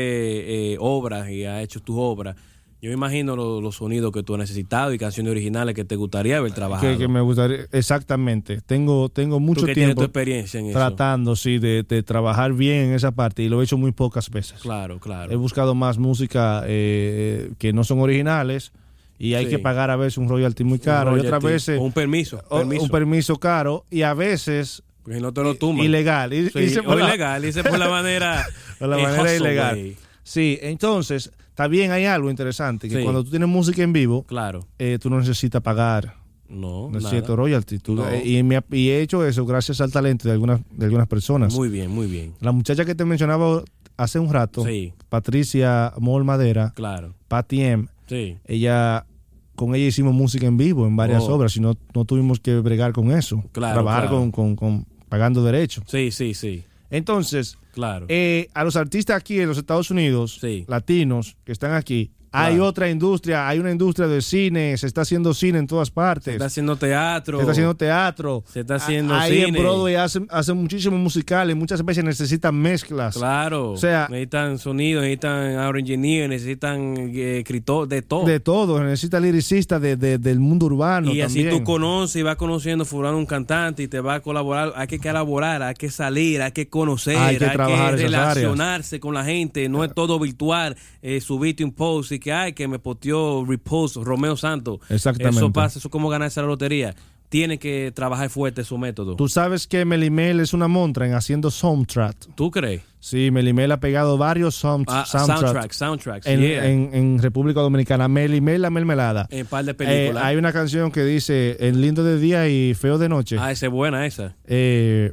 S2: eh, obras y has hecho tus obras. Yo me imagino lo- los sonidos que tú has necesitado y canciones originales que te gustaría haber trabajado.
S1: Que, que me gustaría, exactamente. Tengo, tengo
S2: tú
S1: mucho
S2: que tienes tu
S1: tiempo
S2: experiencia en eso.
S1: tratando, sí, de, de trabajar bien en esa parte y lo he hecho muy pocas veces.
S2: Claro,
S1: He
S2: claro.
S1: buscado más música eh, eh, que no son originales y hay
S2: Sí.
S1: que pagar a veces un royalty muy caro y otras
S2: Royalty.
S1: veces
S2: O un permiso.
S1: o-
S2: permiso.
S1: un permiso caro y a veces
S2: Porque si no te lo tumban.
S1: ilegal. Y-
S2: Sí,
S1: y se
S2: o
S1: por la-
S2: ilegal. Hice por la manera.
S1: De la
S2: eh,
S1: manera
S2: hustle,
S1: ilegal.
S2: güey.
S1: Sí, entonces, también hay algo interesante, que
S2: Sí.
S1: cuando tú tienes música en vivo,
S2: Claro.
S1: eh, tú no necesitas pagar
S2: No. nada.
S1: cierto royalty. Tú-
S2: No.
S1: eh, y, me ha- y he hecho eso gracias al talento de algunas, de algunas personas.
S2: Muy bien, muy bien.
S1: La muchacha que te mencionaba hace un rato,
S2: Sí,
S1: Patricia Mol Madera,
S2: claro.
S1: Patty M,
S2: Sí.
S1: ella... Con ella hicimos música en vivo en varias
S2: Oh.
S1: obras y no, no tuvimos que bregar con eso.
S2: Claro,
S1: trabajar
S2: claro.
S1: Con, con- con pagando derechos.
S2: Sí, sí, sí.
S1: Entonces,
S2: Claro.
S1: Eh, a los artistas aquí en los Estados Unidos,
S2: Sí.
S1: latinos que están aquí, Hay otra industria, hay una industria de cine, se está haciendo cine en todas partes.
S2: Se está haciendo teatro.
S1: Se está haciendo teatro.
S2: Se está haciendo
S1: Ahí
S2: cine.
S1: en Broadway hacen, hacen muchísimos musicales. Muchas veces necesitan mezclas.
S2: Claro.
S1: O sea-
S2: necesitan sonido, necesitan audio engineer, necesitan eh, escritor, de todo.
S1: De todo. Necesitan liricistas de, de- del mundo urbano
S2: y así
S1: también.
S2: tú conoces y vas conociendo fulano un cantante y te va a colaborar. Hay que colaborar, hay que salir, hay que conocer,
S1: Hay que trabajar esas áreas.
S2: relacionarse con la gente. No es todo virtual. Eh, subiste un post y que ay que me posteó repost Romeo Santos.
S1: Exactamente.
S2: Eso pasa, eso es como ganarse la lotería. Tiene que trabajar fuerte su método.
S1: Tú sabes que Melimel es una montra en haciendo soundtrack.
S2: ¿Tú crees?
S1: Sí, Melimel ha pegado varios sound,
S2: Ah,
S1: soundtracks
S2: soundtracks, soundtracks.
S1: en,
S2: yeah. en,
S1: en- en República Dominicana. Melimel la mermelada.
S2: par de
S1: Eh,
S2: películas.
S1: hay una canción que dice En lindo de día y feo de noche.
S2: Ah, esa es buena esa.
S1: Eh,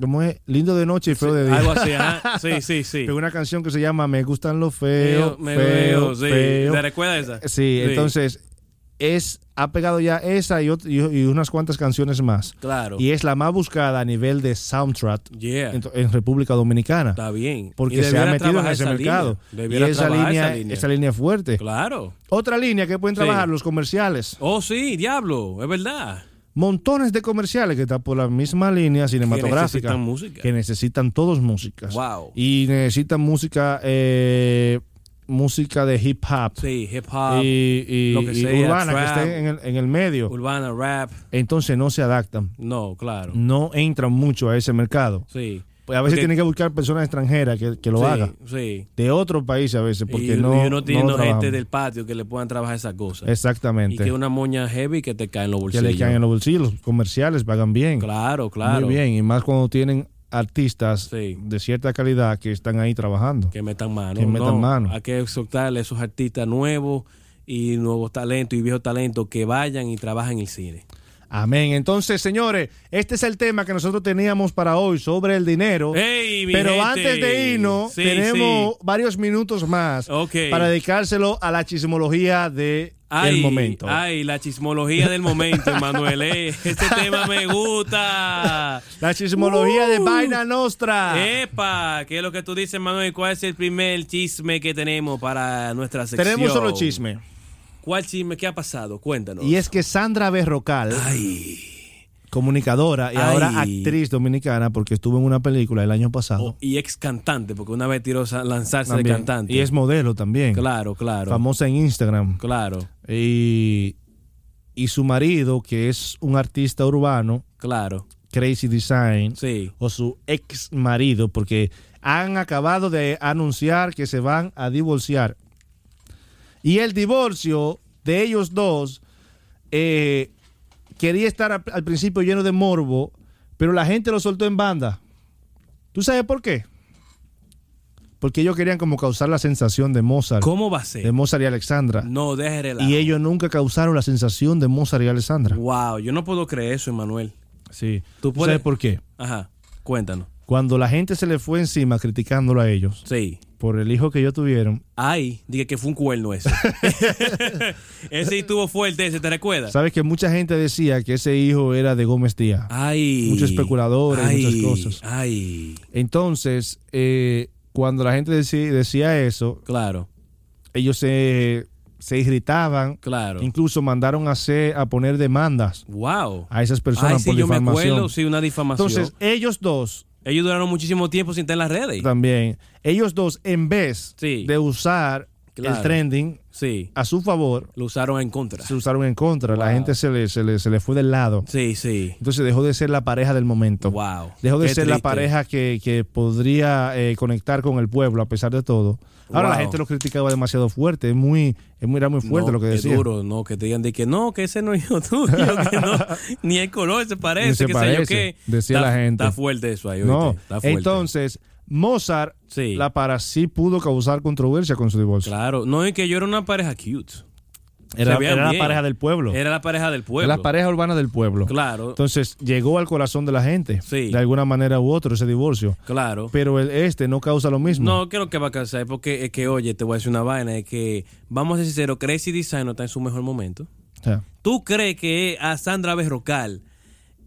S1: ¿Cómo es? Lindo de noche y feo de día.
S2: Algo así, ajá. Sí, sí, sí.
S1: Pero una canción que se llama Me gustan los feos,
S2: Me-
S1: feo,
S2: me-
S1: feo,
S2: sí. ¿Te recuerdas esa?
S1: Sí, entonces es ha pegado ya esa y, ot- y- y unas cuantas canciones más.
S2: Claro.
S1: Y es la más buscada a nivel de soundtrack
S2: Yeah.
S1: en, en República Dominicana.
S2: Está bien. Y
S1: Porque se ha
S2: debiera
S1: metido en
S2: trabajar
S1: ese
S2: esa
S1: mercado.
S2: línea. Debiera
S1: y esa
S2: trabajar
S1: línea,
S2: esa línea.
S1: esa línea es fuerte.
S2: Claro.
S1: Otra línea que pueden
S2: Sí.
S1: trabajar los comerciales.
S2: Oh, sí, diablo, es verdad.
S1: Montones de comerciales que están por la misma línea cinematográfica.
S2: necesitan música.
S1: Que necesitan todos músicas.
S2: Wow.
S1: Y necesitan música, eh, música de hip hop.
S2: Sí, hip hop,
S1: y, y-
S2: lo que
S1: y
S2: sea,
S1: urbana
S2: trap.
S1: que esté en el, en el medio.
S2: urbana, rap.
S1: Entonces no se adaptan,
S2: No, claro.
S1: no entran mucho a ese mercado.
S2: Sí.
S1: Pues a veces
S2: Porque-
S1: tienen que buscar personas extranjeras que, que lo
S2: sí,
S1: hagan,
S2: Sí.
S1: de otros países a veces, porque
S2: y,
S1: no.
S2: y uno tiene
S1: no
S2: unos gente
S1: trabajamos.
S2: del patio que le puedan trabajar esas cosas. Y
S1: Exactamente.
S2: que una moña heavy que te cae en los
S1: Que
S2: bolsillos.
S1: le caen en los bolsillos, los comerciales pagan bien.
S2: Claro, claro.
S1: Muy bien, y más cuando tienen artistas
S2: Sí.
S1: de cierta calidad que están ahí trabajando.
S2: Que metan mano.
S1: Que metan
S2: No,
S1: mano.
S2: Hay que exhortarle a esos artistas nuevos y nuevos talentos y viejos talentos que vayan y trabajen en el cine.
S1: Amén. Entonces, señores, este es el tema que nosotros teníamos para hoy sobre el dinero.
S2: ¡Ey, mi
S1: Pero
S2: gente!
S1: antes de irnos,
S2: Sí,
S1: tenemos varios minutos más
S2: Ok.
S1: para dedicárselo a la chismología de
S2: Ay,
S1: el momento.
S2: Ay, la chismología del momento, Emanuel. eh. Este tema me gusta.
S1: La chismología de
S2: Uh. Eh,
S1: Vaina
S2: Ah.
S1: Nostra.
S2: Epa, ¿qué es lo que tú dices, Manuel? ¿Cuál es el primer chisme que tenemos para nuestra sección?
S1: Tenemos solo chisme.
S2: ¿Cuál chisme? ¿Qué ha pasado? Cuéntanos.
S1: Y es que Sandra Berrocal,
S2: Ay.
S1: comunicadora y ahora
S2: Ay.
S1: actriz dominicana, porque estuvo en una película el año pasado.
S2: Oh, y ex cantante, porque una vez tiró sa- lanzarse de
S1: también.
S2: cantante.
S1: Y es modelo también.
S2: Claro, claro.
S1: Famosa en Instagram.
S2: Claro,
S1: Y, y su marido, que es un artista urbano,
S2: claro.
S1: Crazy Design,
S2: Sí.
S1: o su ex marido, porque han acabado de anunciar que se van a divorciar. Y el divorcio de ellos dos eh, quería estar al, al principio lleno de morbo, pero la gente lo soltó en banda. ¿Tú sabes por qué? Porque ellos querían como causar la sensación de Mozart,
S2: ¿Cómo va a
S1: de
S2: ser?
S1: Mozart y Alexandra.
S2: No, deje relajo.
S1: Y ellos nunca causaron la sensación de Mozart y Alexandra.
S2: Wow, yo no puedo creer eso, Emanuel.
S1: Sí.
S2: Tú
S1: ¿Tú
S2: puedes-
S1: sabes por qué?
S2: Ajá, cuéntanos.
S1: Cuando la gente se le fue encima criticándolo a ellos
S2: Sí.
S1: por el hijo que ellos tuvieron,
S2: Ay, dije que fue un cuerno ese. ese sí estuvo fuerte, ese, ¿te recuerdas?
S1: sabes que mucha gente decía que ese hijo era de Gómez Díaz.
S2: Ay.
S1: Muchos especuladores, muchas cosas.
S2: Ay,
S1: Entonces, eh, cuando la gente deci- decía eso,
S2: claro,
S1: ellos se, se irritaban,
S2: claro.
S1: incluso mandaron a, hacer, a poner demandas
S2: Wow.
S1: a esas
S2: Ay,
S1: personas
S2: sí,
S1: por
S2: yo me
S1: difamación.
S2: acuerdo, sí, una difamación.
S1: Entonces, ellos dos
S2: Ellos duraron muchísimo tiempo sin estar en las redes.
S1: también, ellos dos, en vez
S2: Sí.
S1: de usar
S2: Claro.
S1: el trending
S2: Sí,
S1: a su favor,
S2: lo usaron en contra.
S1: se usaron en contra. La gente se le, se, le, se le fue del lado.
S2: Sí, sí.
S1: Entonces dejó de ser la pareja del momento.
S2: Wow.
S1: Dejó de
S2: Qué
S1: ser la
S2: triste.
S1: pareja que, que podría eh, conectar con el pueblo a pesar de todo. Ahora la
S2: Wow.
S1: gente lo criticaba demasiado fuerte. Es muy, es muy, era muy fuerte
S2: No,
S1: lo que
S2: qué
S1: decía.
S2: duro, no, que te digan de que no, que ese no es hijo tuyo, que no, ni el color se parece,
S1: Ni se
S2: que
S1: parece,
S2: sé yo qué.
S1: decía
S2: Está-
S1: la gente.
S2: Está fuerte eso ahí,
S1: No.
S2: oíste, está fuerte.
S1: Entonces, Mozart,
S2: Sí.
S1: la para sí pudo causar controversia con su divorcio.
S2: Claro, no, es que yo era una pareja cute.
S1: Era,
S2: Se veían
S1: era la
S2: bien.
S1: pareja del pueblo.
S2: Era la pareja del
S1: Era
S2: pueblo.
S1: la pareja urbana del pueblo.
S2: Claro,
S1: Entonces, llegó al corazón de la gente.
S2: Sí.
S1: De alguna manera u otra ese divorcio.
S2: claro.
S1: Pero el, este no causa lo mismo.
S2: No, creo que va a cansar, porque es que, oye, te voy a decir una vaina, es que, vamos a ser sinceros, Crazy Design no está en su mejor momento.
S1: O sea,
S2: ¿Tú crees que a Sandra Berrocal,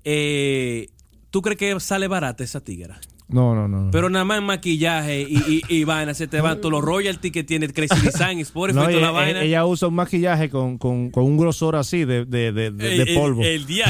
S2: eh, tú crees que sale barata esa tigra?
S1: No, no, no. no.
S2: Pero nada más en maquillaje y, y, y vaina, se te van todos los royalties que tiene Crazy Design, Spotify,
S1: No,
S2: toda
S1: ella,
S2: la vaina.
S1: ella usa un maquillaje con, con- con un grosor así de, de- de- de- de
S2: El- el-
S1: polvo.
S2: El, día.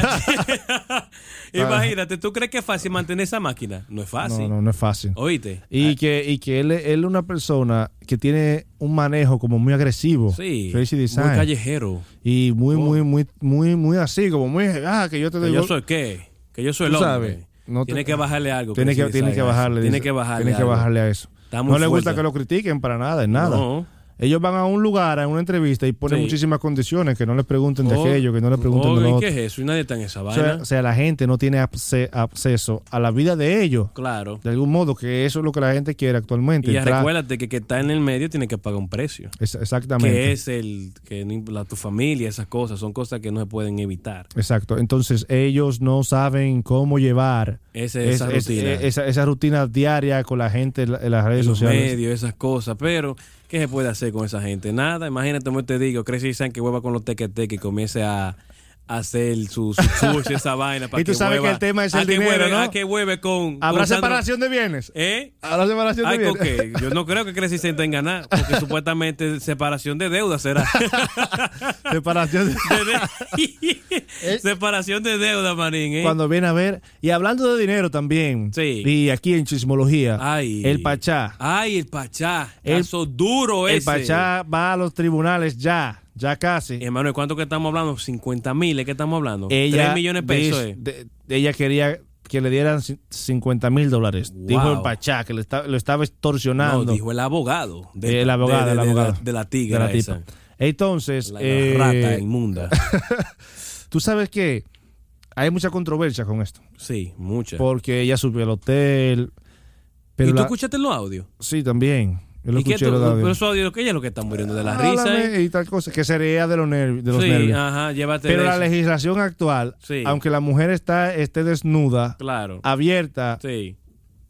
S2: Imagínate, ¿tú crees que es fácil mantener esa máquina? No es
S1: no,
S2: fácil.
S1: no, no es fácil.
S2: ¿Oíste?
S1: Y que, y que él, es- él es una persona que tiene un manejo como muy agresivo.
S2: Sí.
S1: Crazy Design.
S2: Muy callejero.
S1: Y muy, muy, muy, muy, muy así, como muy, ah, que yo te
S2: Que
S1: doy
S2: yo
S1: go-
S2: soy qué? Que yo soy el
S1: Tú
S2: hombre.
S1: sabes, no te-
S2: tiene que bajarle algo.
S1: Tiene que,
S2: Crazy
S1: tiene
S2: Design,
S1: que bajarle.
S2: Tiene
S1: dice.
S2: que bajarle.
S1: Tiene que
S2: algo.
S1: bajarle a eso.
S2: Está muy
S1: No le gusta
S2: fuerte.
S1: que lo critiquen para nada, en nada.
S2: No.
S1: Ellos van a un lugar, a una entrevista y ponen
S2: Sí.
S1: muchísimas condiciones, que no les pregunten de
S2: Oh,
S1: aquello, que no les pregunten
S2: oh,
S1: de
S2: ¿y
S1: lo otro.
S2: ¿Qué es eso? Y nadie está en esa
S1: O
S2: vaina.
S1: sea, o sea, la gente no tiene acce- acceso a la vida de ellos,
S2: claro.
S1: de algún modo, que eso es lo que la gente quiere actualmente.
S2: Y ya
S1: entrar-
S2: recuérdate que que está en el medio tiene que pagar un precio.
S1: Es- exactamente.
S2: Que es el que ni- la, tu familia, esas cosas, son cosas que no se pueden evitar.
S1: Exacto. Entonces ellos no saben cómo llevar
S2: Ese- esa
S1: es- es-
S2: rutina.
S1: esa, esa rutina diaria con la gente en la- en las redes
S2: los
S1: sociales.
S2: medios, esas cosas. Pero, ¿qué se puede hacer con esa gente? Nada, imagínate como te digo, Crazy San que hueva con los tequeteques y comience a a hacer su, su sushi, esa vaina. para
S1: Y tú sabes que el tema es
S2: a
S1: el
S2: que
S1: dinero,
S2: hueve-
S1: ¿no?
S2: A que hueve con...
S1: ¿Habrá
S2: con Sandro-
S1: separación de bienes?
S2: ¿Eh?
S1: ¿Habrá separación de
S2: Ay, ¿con
S1: bienes?
S2: qué? Yo no creo que Crazy San tenga nada, porque supuestamente separación de deuda será.
S1: separación de-
S2: De de- separación de deuda, manín, ¿eh?
S1: Eh. Cuando viene a ver. Y hablando de dinero también.
S2: Sí.
S1: Y aquí en Chismología.
S2: Ay. Ah,
S1: El Pachá.
S2: Ay, el Pachá.
S1: El-
S2: Caso duro ese.
S1: El Pachá va a los tribunales ya. Ya casi.
S2: Hermano, ¿cuánto que estamos hablando? 50 mil, ¿es que estamos hablando?
S1: Ella
S2: 3 millones de pesos.
S1: dis-
S2: eh.
S1: de- ella quería que le dieran ci- 50 mil dólares.
S2: Wow.
S1: Dijo el Pachá que le está- lo estaba extorsionando.
S2: No, dijo el abogado.
S1: Eh, el abogado,
S2: de,
S1: el
S2: de- de
S1: abogado.
S2: la, de la tigra
S1: De la
S2: esa.
S1: tipa. Entonces,
S2: La, la
S1: eh,
S2: rata inmunda.
S1: tú sabes que hay mucha controversia con esto,
S2: Sí, mucha.
S1: porque ella subió al hotel. Pero
S2: ¿Y tú
S1: la-
S2: escuchaste los audios?
S1: Sí, también. Yo lo
S2: ¿Y qué
S1: escuché
S2: tú-
S1: los audios.
S2: Pero esos audios, que ella es lo que está muriendo de la risa.
S1: Háblame
S2: ¿eh?
S1: Y tal cosa, que sería de los, nerv- de los
S2: sí,
S1: nervios.
S2: ajá, llévate
S1: Pero
S2: de
S1: la
S2: eso.
S1: legislación actual,
S2: Sí.
S1: aunque la mujer está, esté desnuda,
S2: Claro.
S1: abierta
S2: Sí,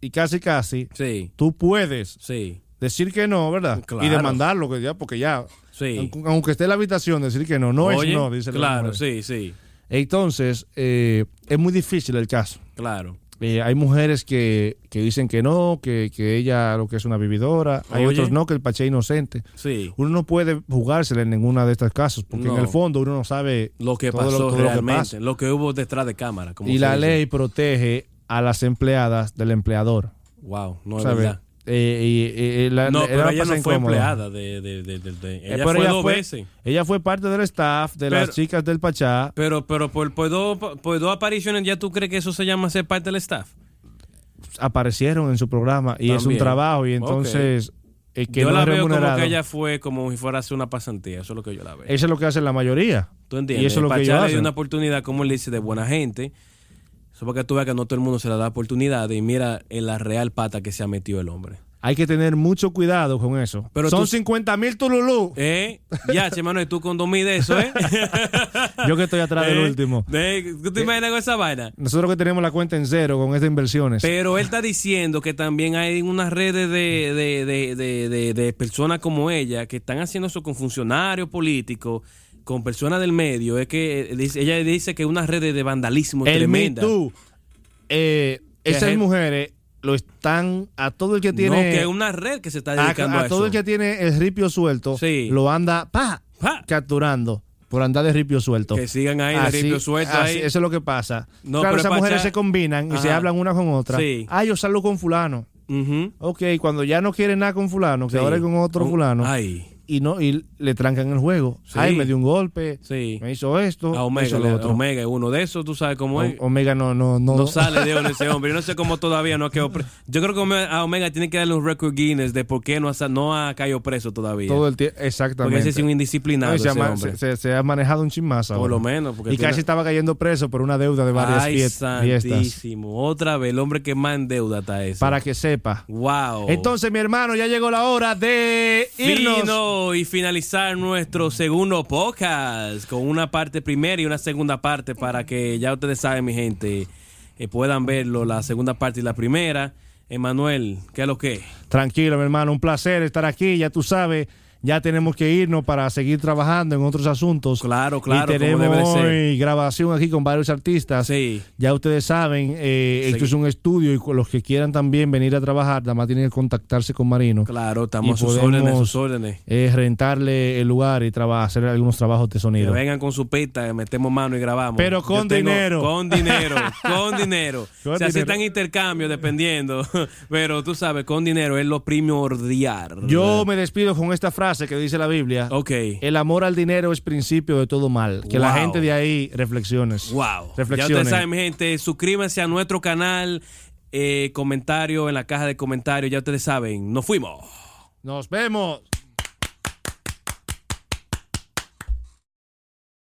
S1: y casi casi,
S2: sí,
S1: tú puedes
S2: sí,
S1: decir que no, ¿verdad?
S2: Claro.
S1: Y demandarlo, que ya, porque ya,
S2: sí.
S1: aunque, aunque esté en la habitación, decir que no, no
S2: Oye,
S1: es no, dice la
S2: Claro,
S1: mujer.
S2: sí, sí,
S1: Entonces, eh, es muy difícil el caso.
S2: claro.
S1: Eh, hay mujeres que, que dicen que no, que, que ella lo que es una vividora. Hay
S2: Oye.
S1: otros no, que el paché es inocente.
S2: Sí.
S1: Uno no puede jugársela en ninguna de estas casos, porque
S2: No.
S1: en el fondo uno no sabe
S2: Lo que
S1: todo
S2: pasó
S1: todo que
S2: realmente,
S1: pasa.
S2: lo que hubo detrás de cámara. Como
S1: Y
S2: se
S1: la
S2: dice.
S1: ley protege a las empleadas del empleador.
S2: Wow, no es
S1: ¿sabes?
S2: verdad.
S1: Eh, y- y- y la-
S2: no,
S1: era
S2: pero
S1: una
S2: ella no
S1: pasa
S2: fue
S1: incómoda.
S2: empleada de, de, de, de- de-
S1: Eh,
S2: ella
S1: pero
S2: fue dos veces.
S1: Ella fue parte del staff, de
S2: Pero-
S1: las chicas del Pachá.
S2: Pero, pero por, por dos, por dos apariciones ya tú crees que eso se llama ser parte del staff.
S1: Aparecieron en su programa y es un
S2: También.
S1: trabajo y
S2: Ok.
S1: entonces eh, que
S2: yo
S1: no
S2: la
S1: es
S2: veo como
S1: remunerado.
S2: que ella fue como si fuera a hacer una pasantía, eso es lo que yo la veo.
S1: Eso es lo que hacen la mayoría.
S2: ¿Tú entiendes?
S1: y eso es lo
S2: Para
S1: que ellos
S2: echarle
S1: hacen.
S2: una oportunidad, como él dice, de buena gente. Eso para que tú veas que no todo el mundo se le da oportunidad y mira en la real pata que se ha metido el hombre.
S1: Hay que tener mucho cuidado con eso.
S2: Pero
S1: Son
S2: tú-
S1: 50 mil Tululú.
S2: ¿Eh? Ya, che, hermano, y tú con dos mil de eso, ¿eh?
S1: Yo que estoy atrás del
S2: ¿Eh?
S1: último.
S2: ¿Eh? ¿Tú te imaginas con esa vaina?
S1: Nosotros que tenemos la cuenta en cero con estas inversiones.
S2: Pero él está diciendo que también hay unas redes de, de- de- de- de- de personas como ella que están haciendo eso con funcionarios políticos, con personas del medio. Es que eh, dice- ella dice que unas redes de vandalismo
S1: el Me
S2: tremenda.
S1: Too, eh, esas
S2: es-
S1: mujeres lo están a todo el que
S2: no,
S1: tiene
S2: que es una red que se está
S1: a,
S2: dedicando a,
S1: a
S2: eso.
S1: todo el que tiene el ripio suelto
S2: Sí.
S1: lo anda pa,
S2: Pa.
S1: capturando por andar de ripio suelto.
S2: Que sigan ahí, de
S1: Así-
S2: ripio suelto
S1: así-
S2: ahí.
S1: Eso es lo que pasa.
S2: No,
S1: claro,
S2: pero
S1: esas
S2: Pachá-
S1: mujeres se combinan y se
S2: Ajá.
S1: hablan una con otra.
S2: Sí.
S1: Ah, yo salgo con fulano.
S2: Ujú.
S1: Ok, cuando ya no quieren nada con fulano, que
S2: Sí.
S1: ahora es con otro
S2: Un-
S1: fulano,
S2: Ay,
S1: y no y le trancan el juego.
S2: Sí.
S1: Ay, me dio un golpe,
S2: sí.
S1: me hizo esto, me
S2: A Omega,
S1: hizo
S2: le-
S1: lo otro.
S2: Omega, es uno de esos, tú sabes cómo es.
S1: O- Omega no, no, no.
S2: No sale de oro ese hombre. Yo no sé cómo todavía no ha quedado preso. Yo creo que Omega- a Omega tiene que darle un récord Guinness de por qué no ha, no ha caído preso todavía.
S1: todo el tiempo.
S2: Porque
S1: Exactamente.
S2: ese es un
S1: No,
S2: indisciplinado.
S1: y se,
S2: ese
S1: ha ma-
S2: hombre.
S1: se- se- se ha manejado un chismazo.
S2: Por lo menos. Porque
S1: Y
S2: tiene-
S1: casi estaba cayendo preso por una deuda de varias
S2: Ay,
S1: fies- fiestas.
S2: santísimo. Otra vez, el hombre que más en deuda está ese.
S1: Para que sepa.
S2: Wow.
S1: Entonces, mi hermano, ya llegó la hora de irnos.
S2: Fino y finalizar nuestro segundo podcast con una parte primera y una segunda parte para que ya ustedes saben, mi gente, eh, puedan verlo, la segunda parte y la primera. Emanuel, ¿qué es lo que? es?
S1: Tranquilo, mi hermano, un placer estar aquí, ya tú sabes. ya tenemos que irnos para seguir trabajando en otros asuntos.
S2: Claro, claro,
S1: Y
S2: como debe
S1: tenemos
S2: de ser.
S1: hoy grabación aquí con varios artistas.
S2: Sí.
S1: Ya ustedes saben, eh,
S2: Sí.
S1: esto es un estudio y con los que quieran también venir a trabajar, nada más tienen que contactarse con Marino.
S2: Claro, estamos a
S1: Y
S2: sus
S1: podemos-
S2: órdenes, a sus órdenes.
S1: Es rentarle el lugar y traba- hacer algunos trabajos de
S2: Que
S1: sonido.
S2: vengan con su pita, metemos mano y grabamos.
S1: Pero con
S2: Yo tengo-
S1: dinero.
S2: Con dinero, con dinero.
S1: Con
S2: Se
S1: dinero.
S2: aceptan intercambios dependiendo, pero tú sabes, con dinero es lo primordial.
S1: Yo me despido con esta frase que dice la Biblia.
S2: Ok.
S1: El amor al dinero es principio de todo mal. Que la
S2: Wow.
S1: gente de ahí reflexiones.
S2: Wow. Ya ustedes
S1: Reflexiones.
S2: saben, mi gente, suscríbanse a nuestro canal, eh, comentario en la caja de comentarios, ya ustedes saben, nos fuimos.
S1: Nos vemos.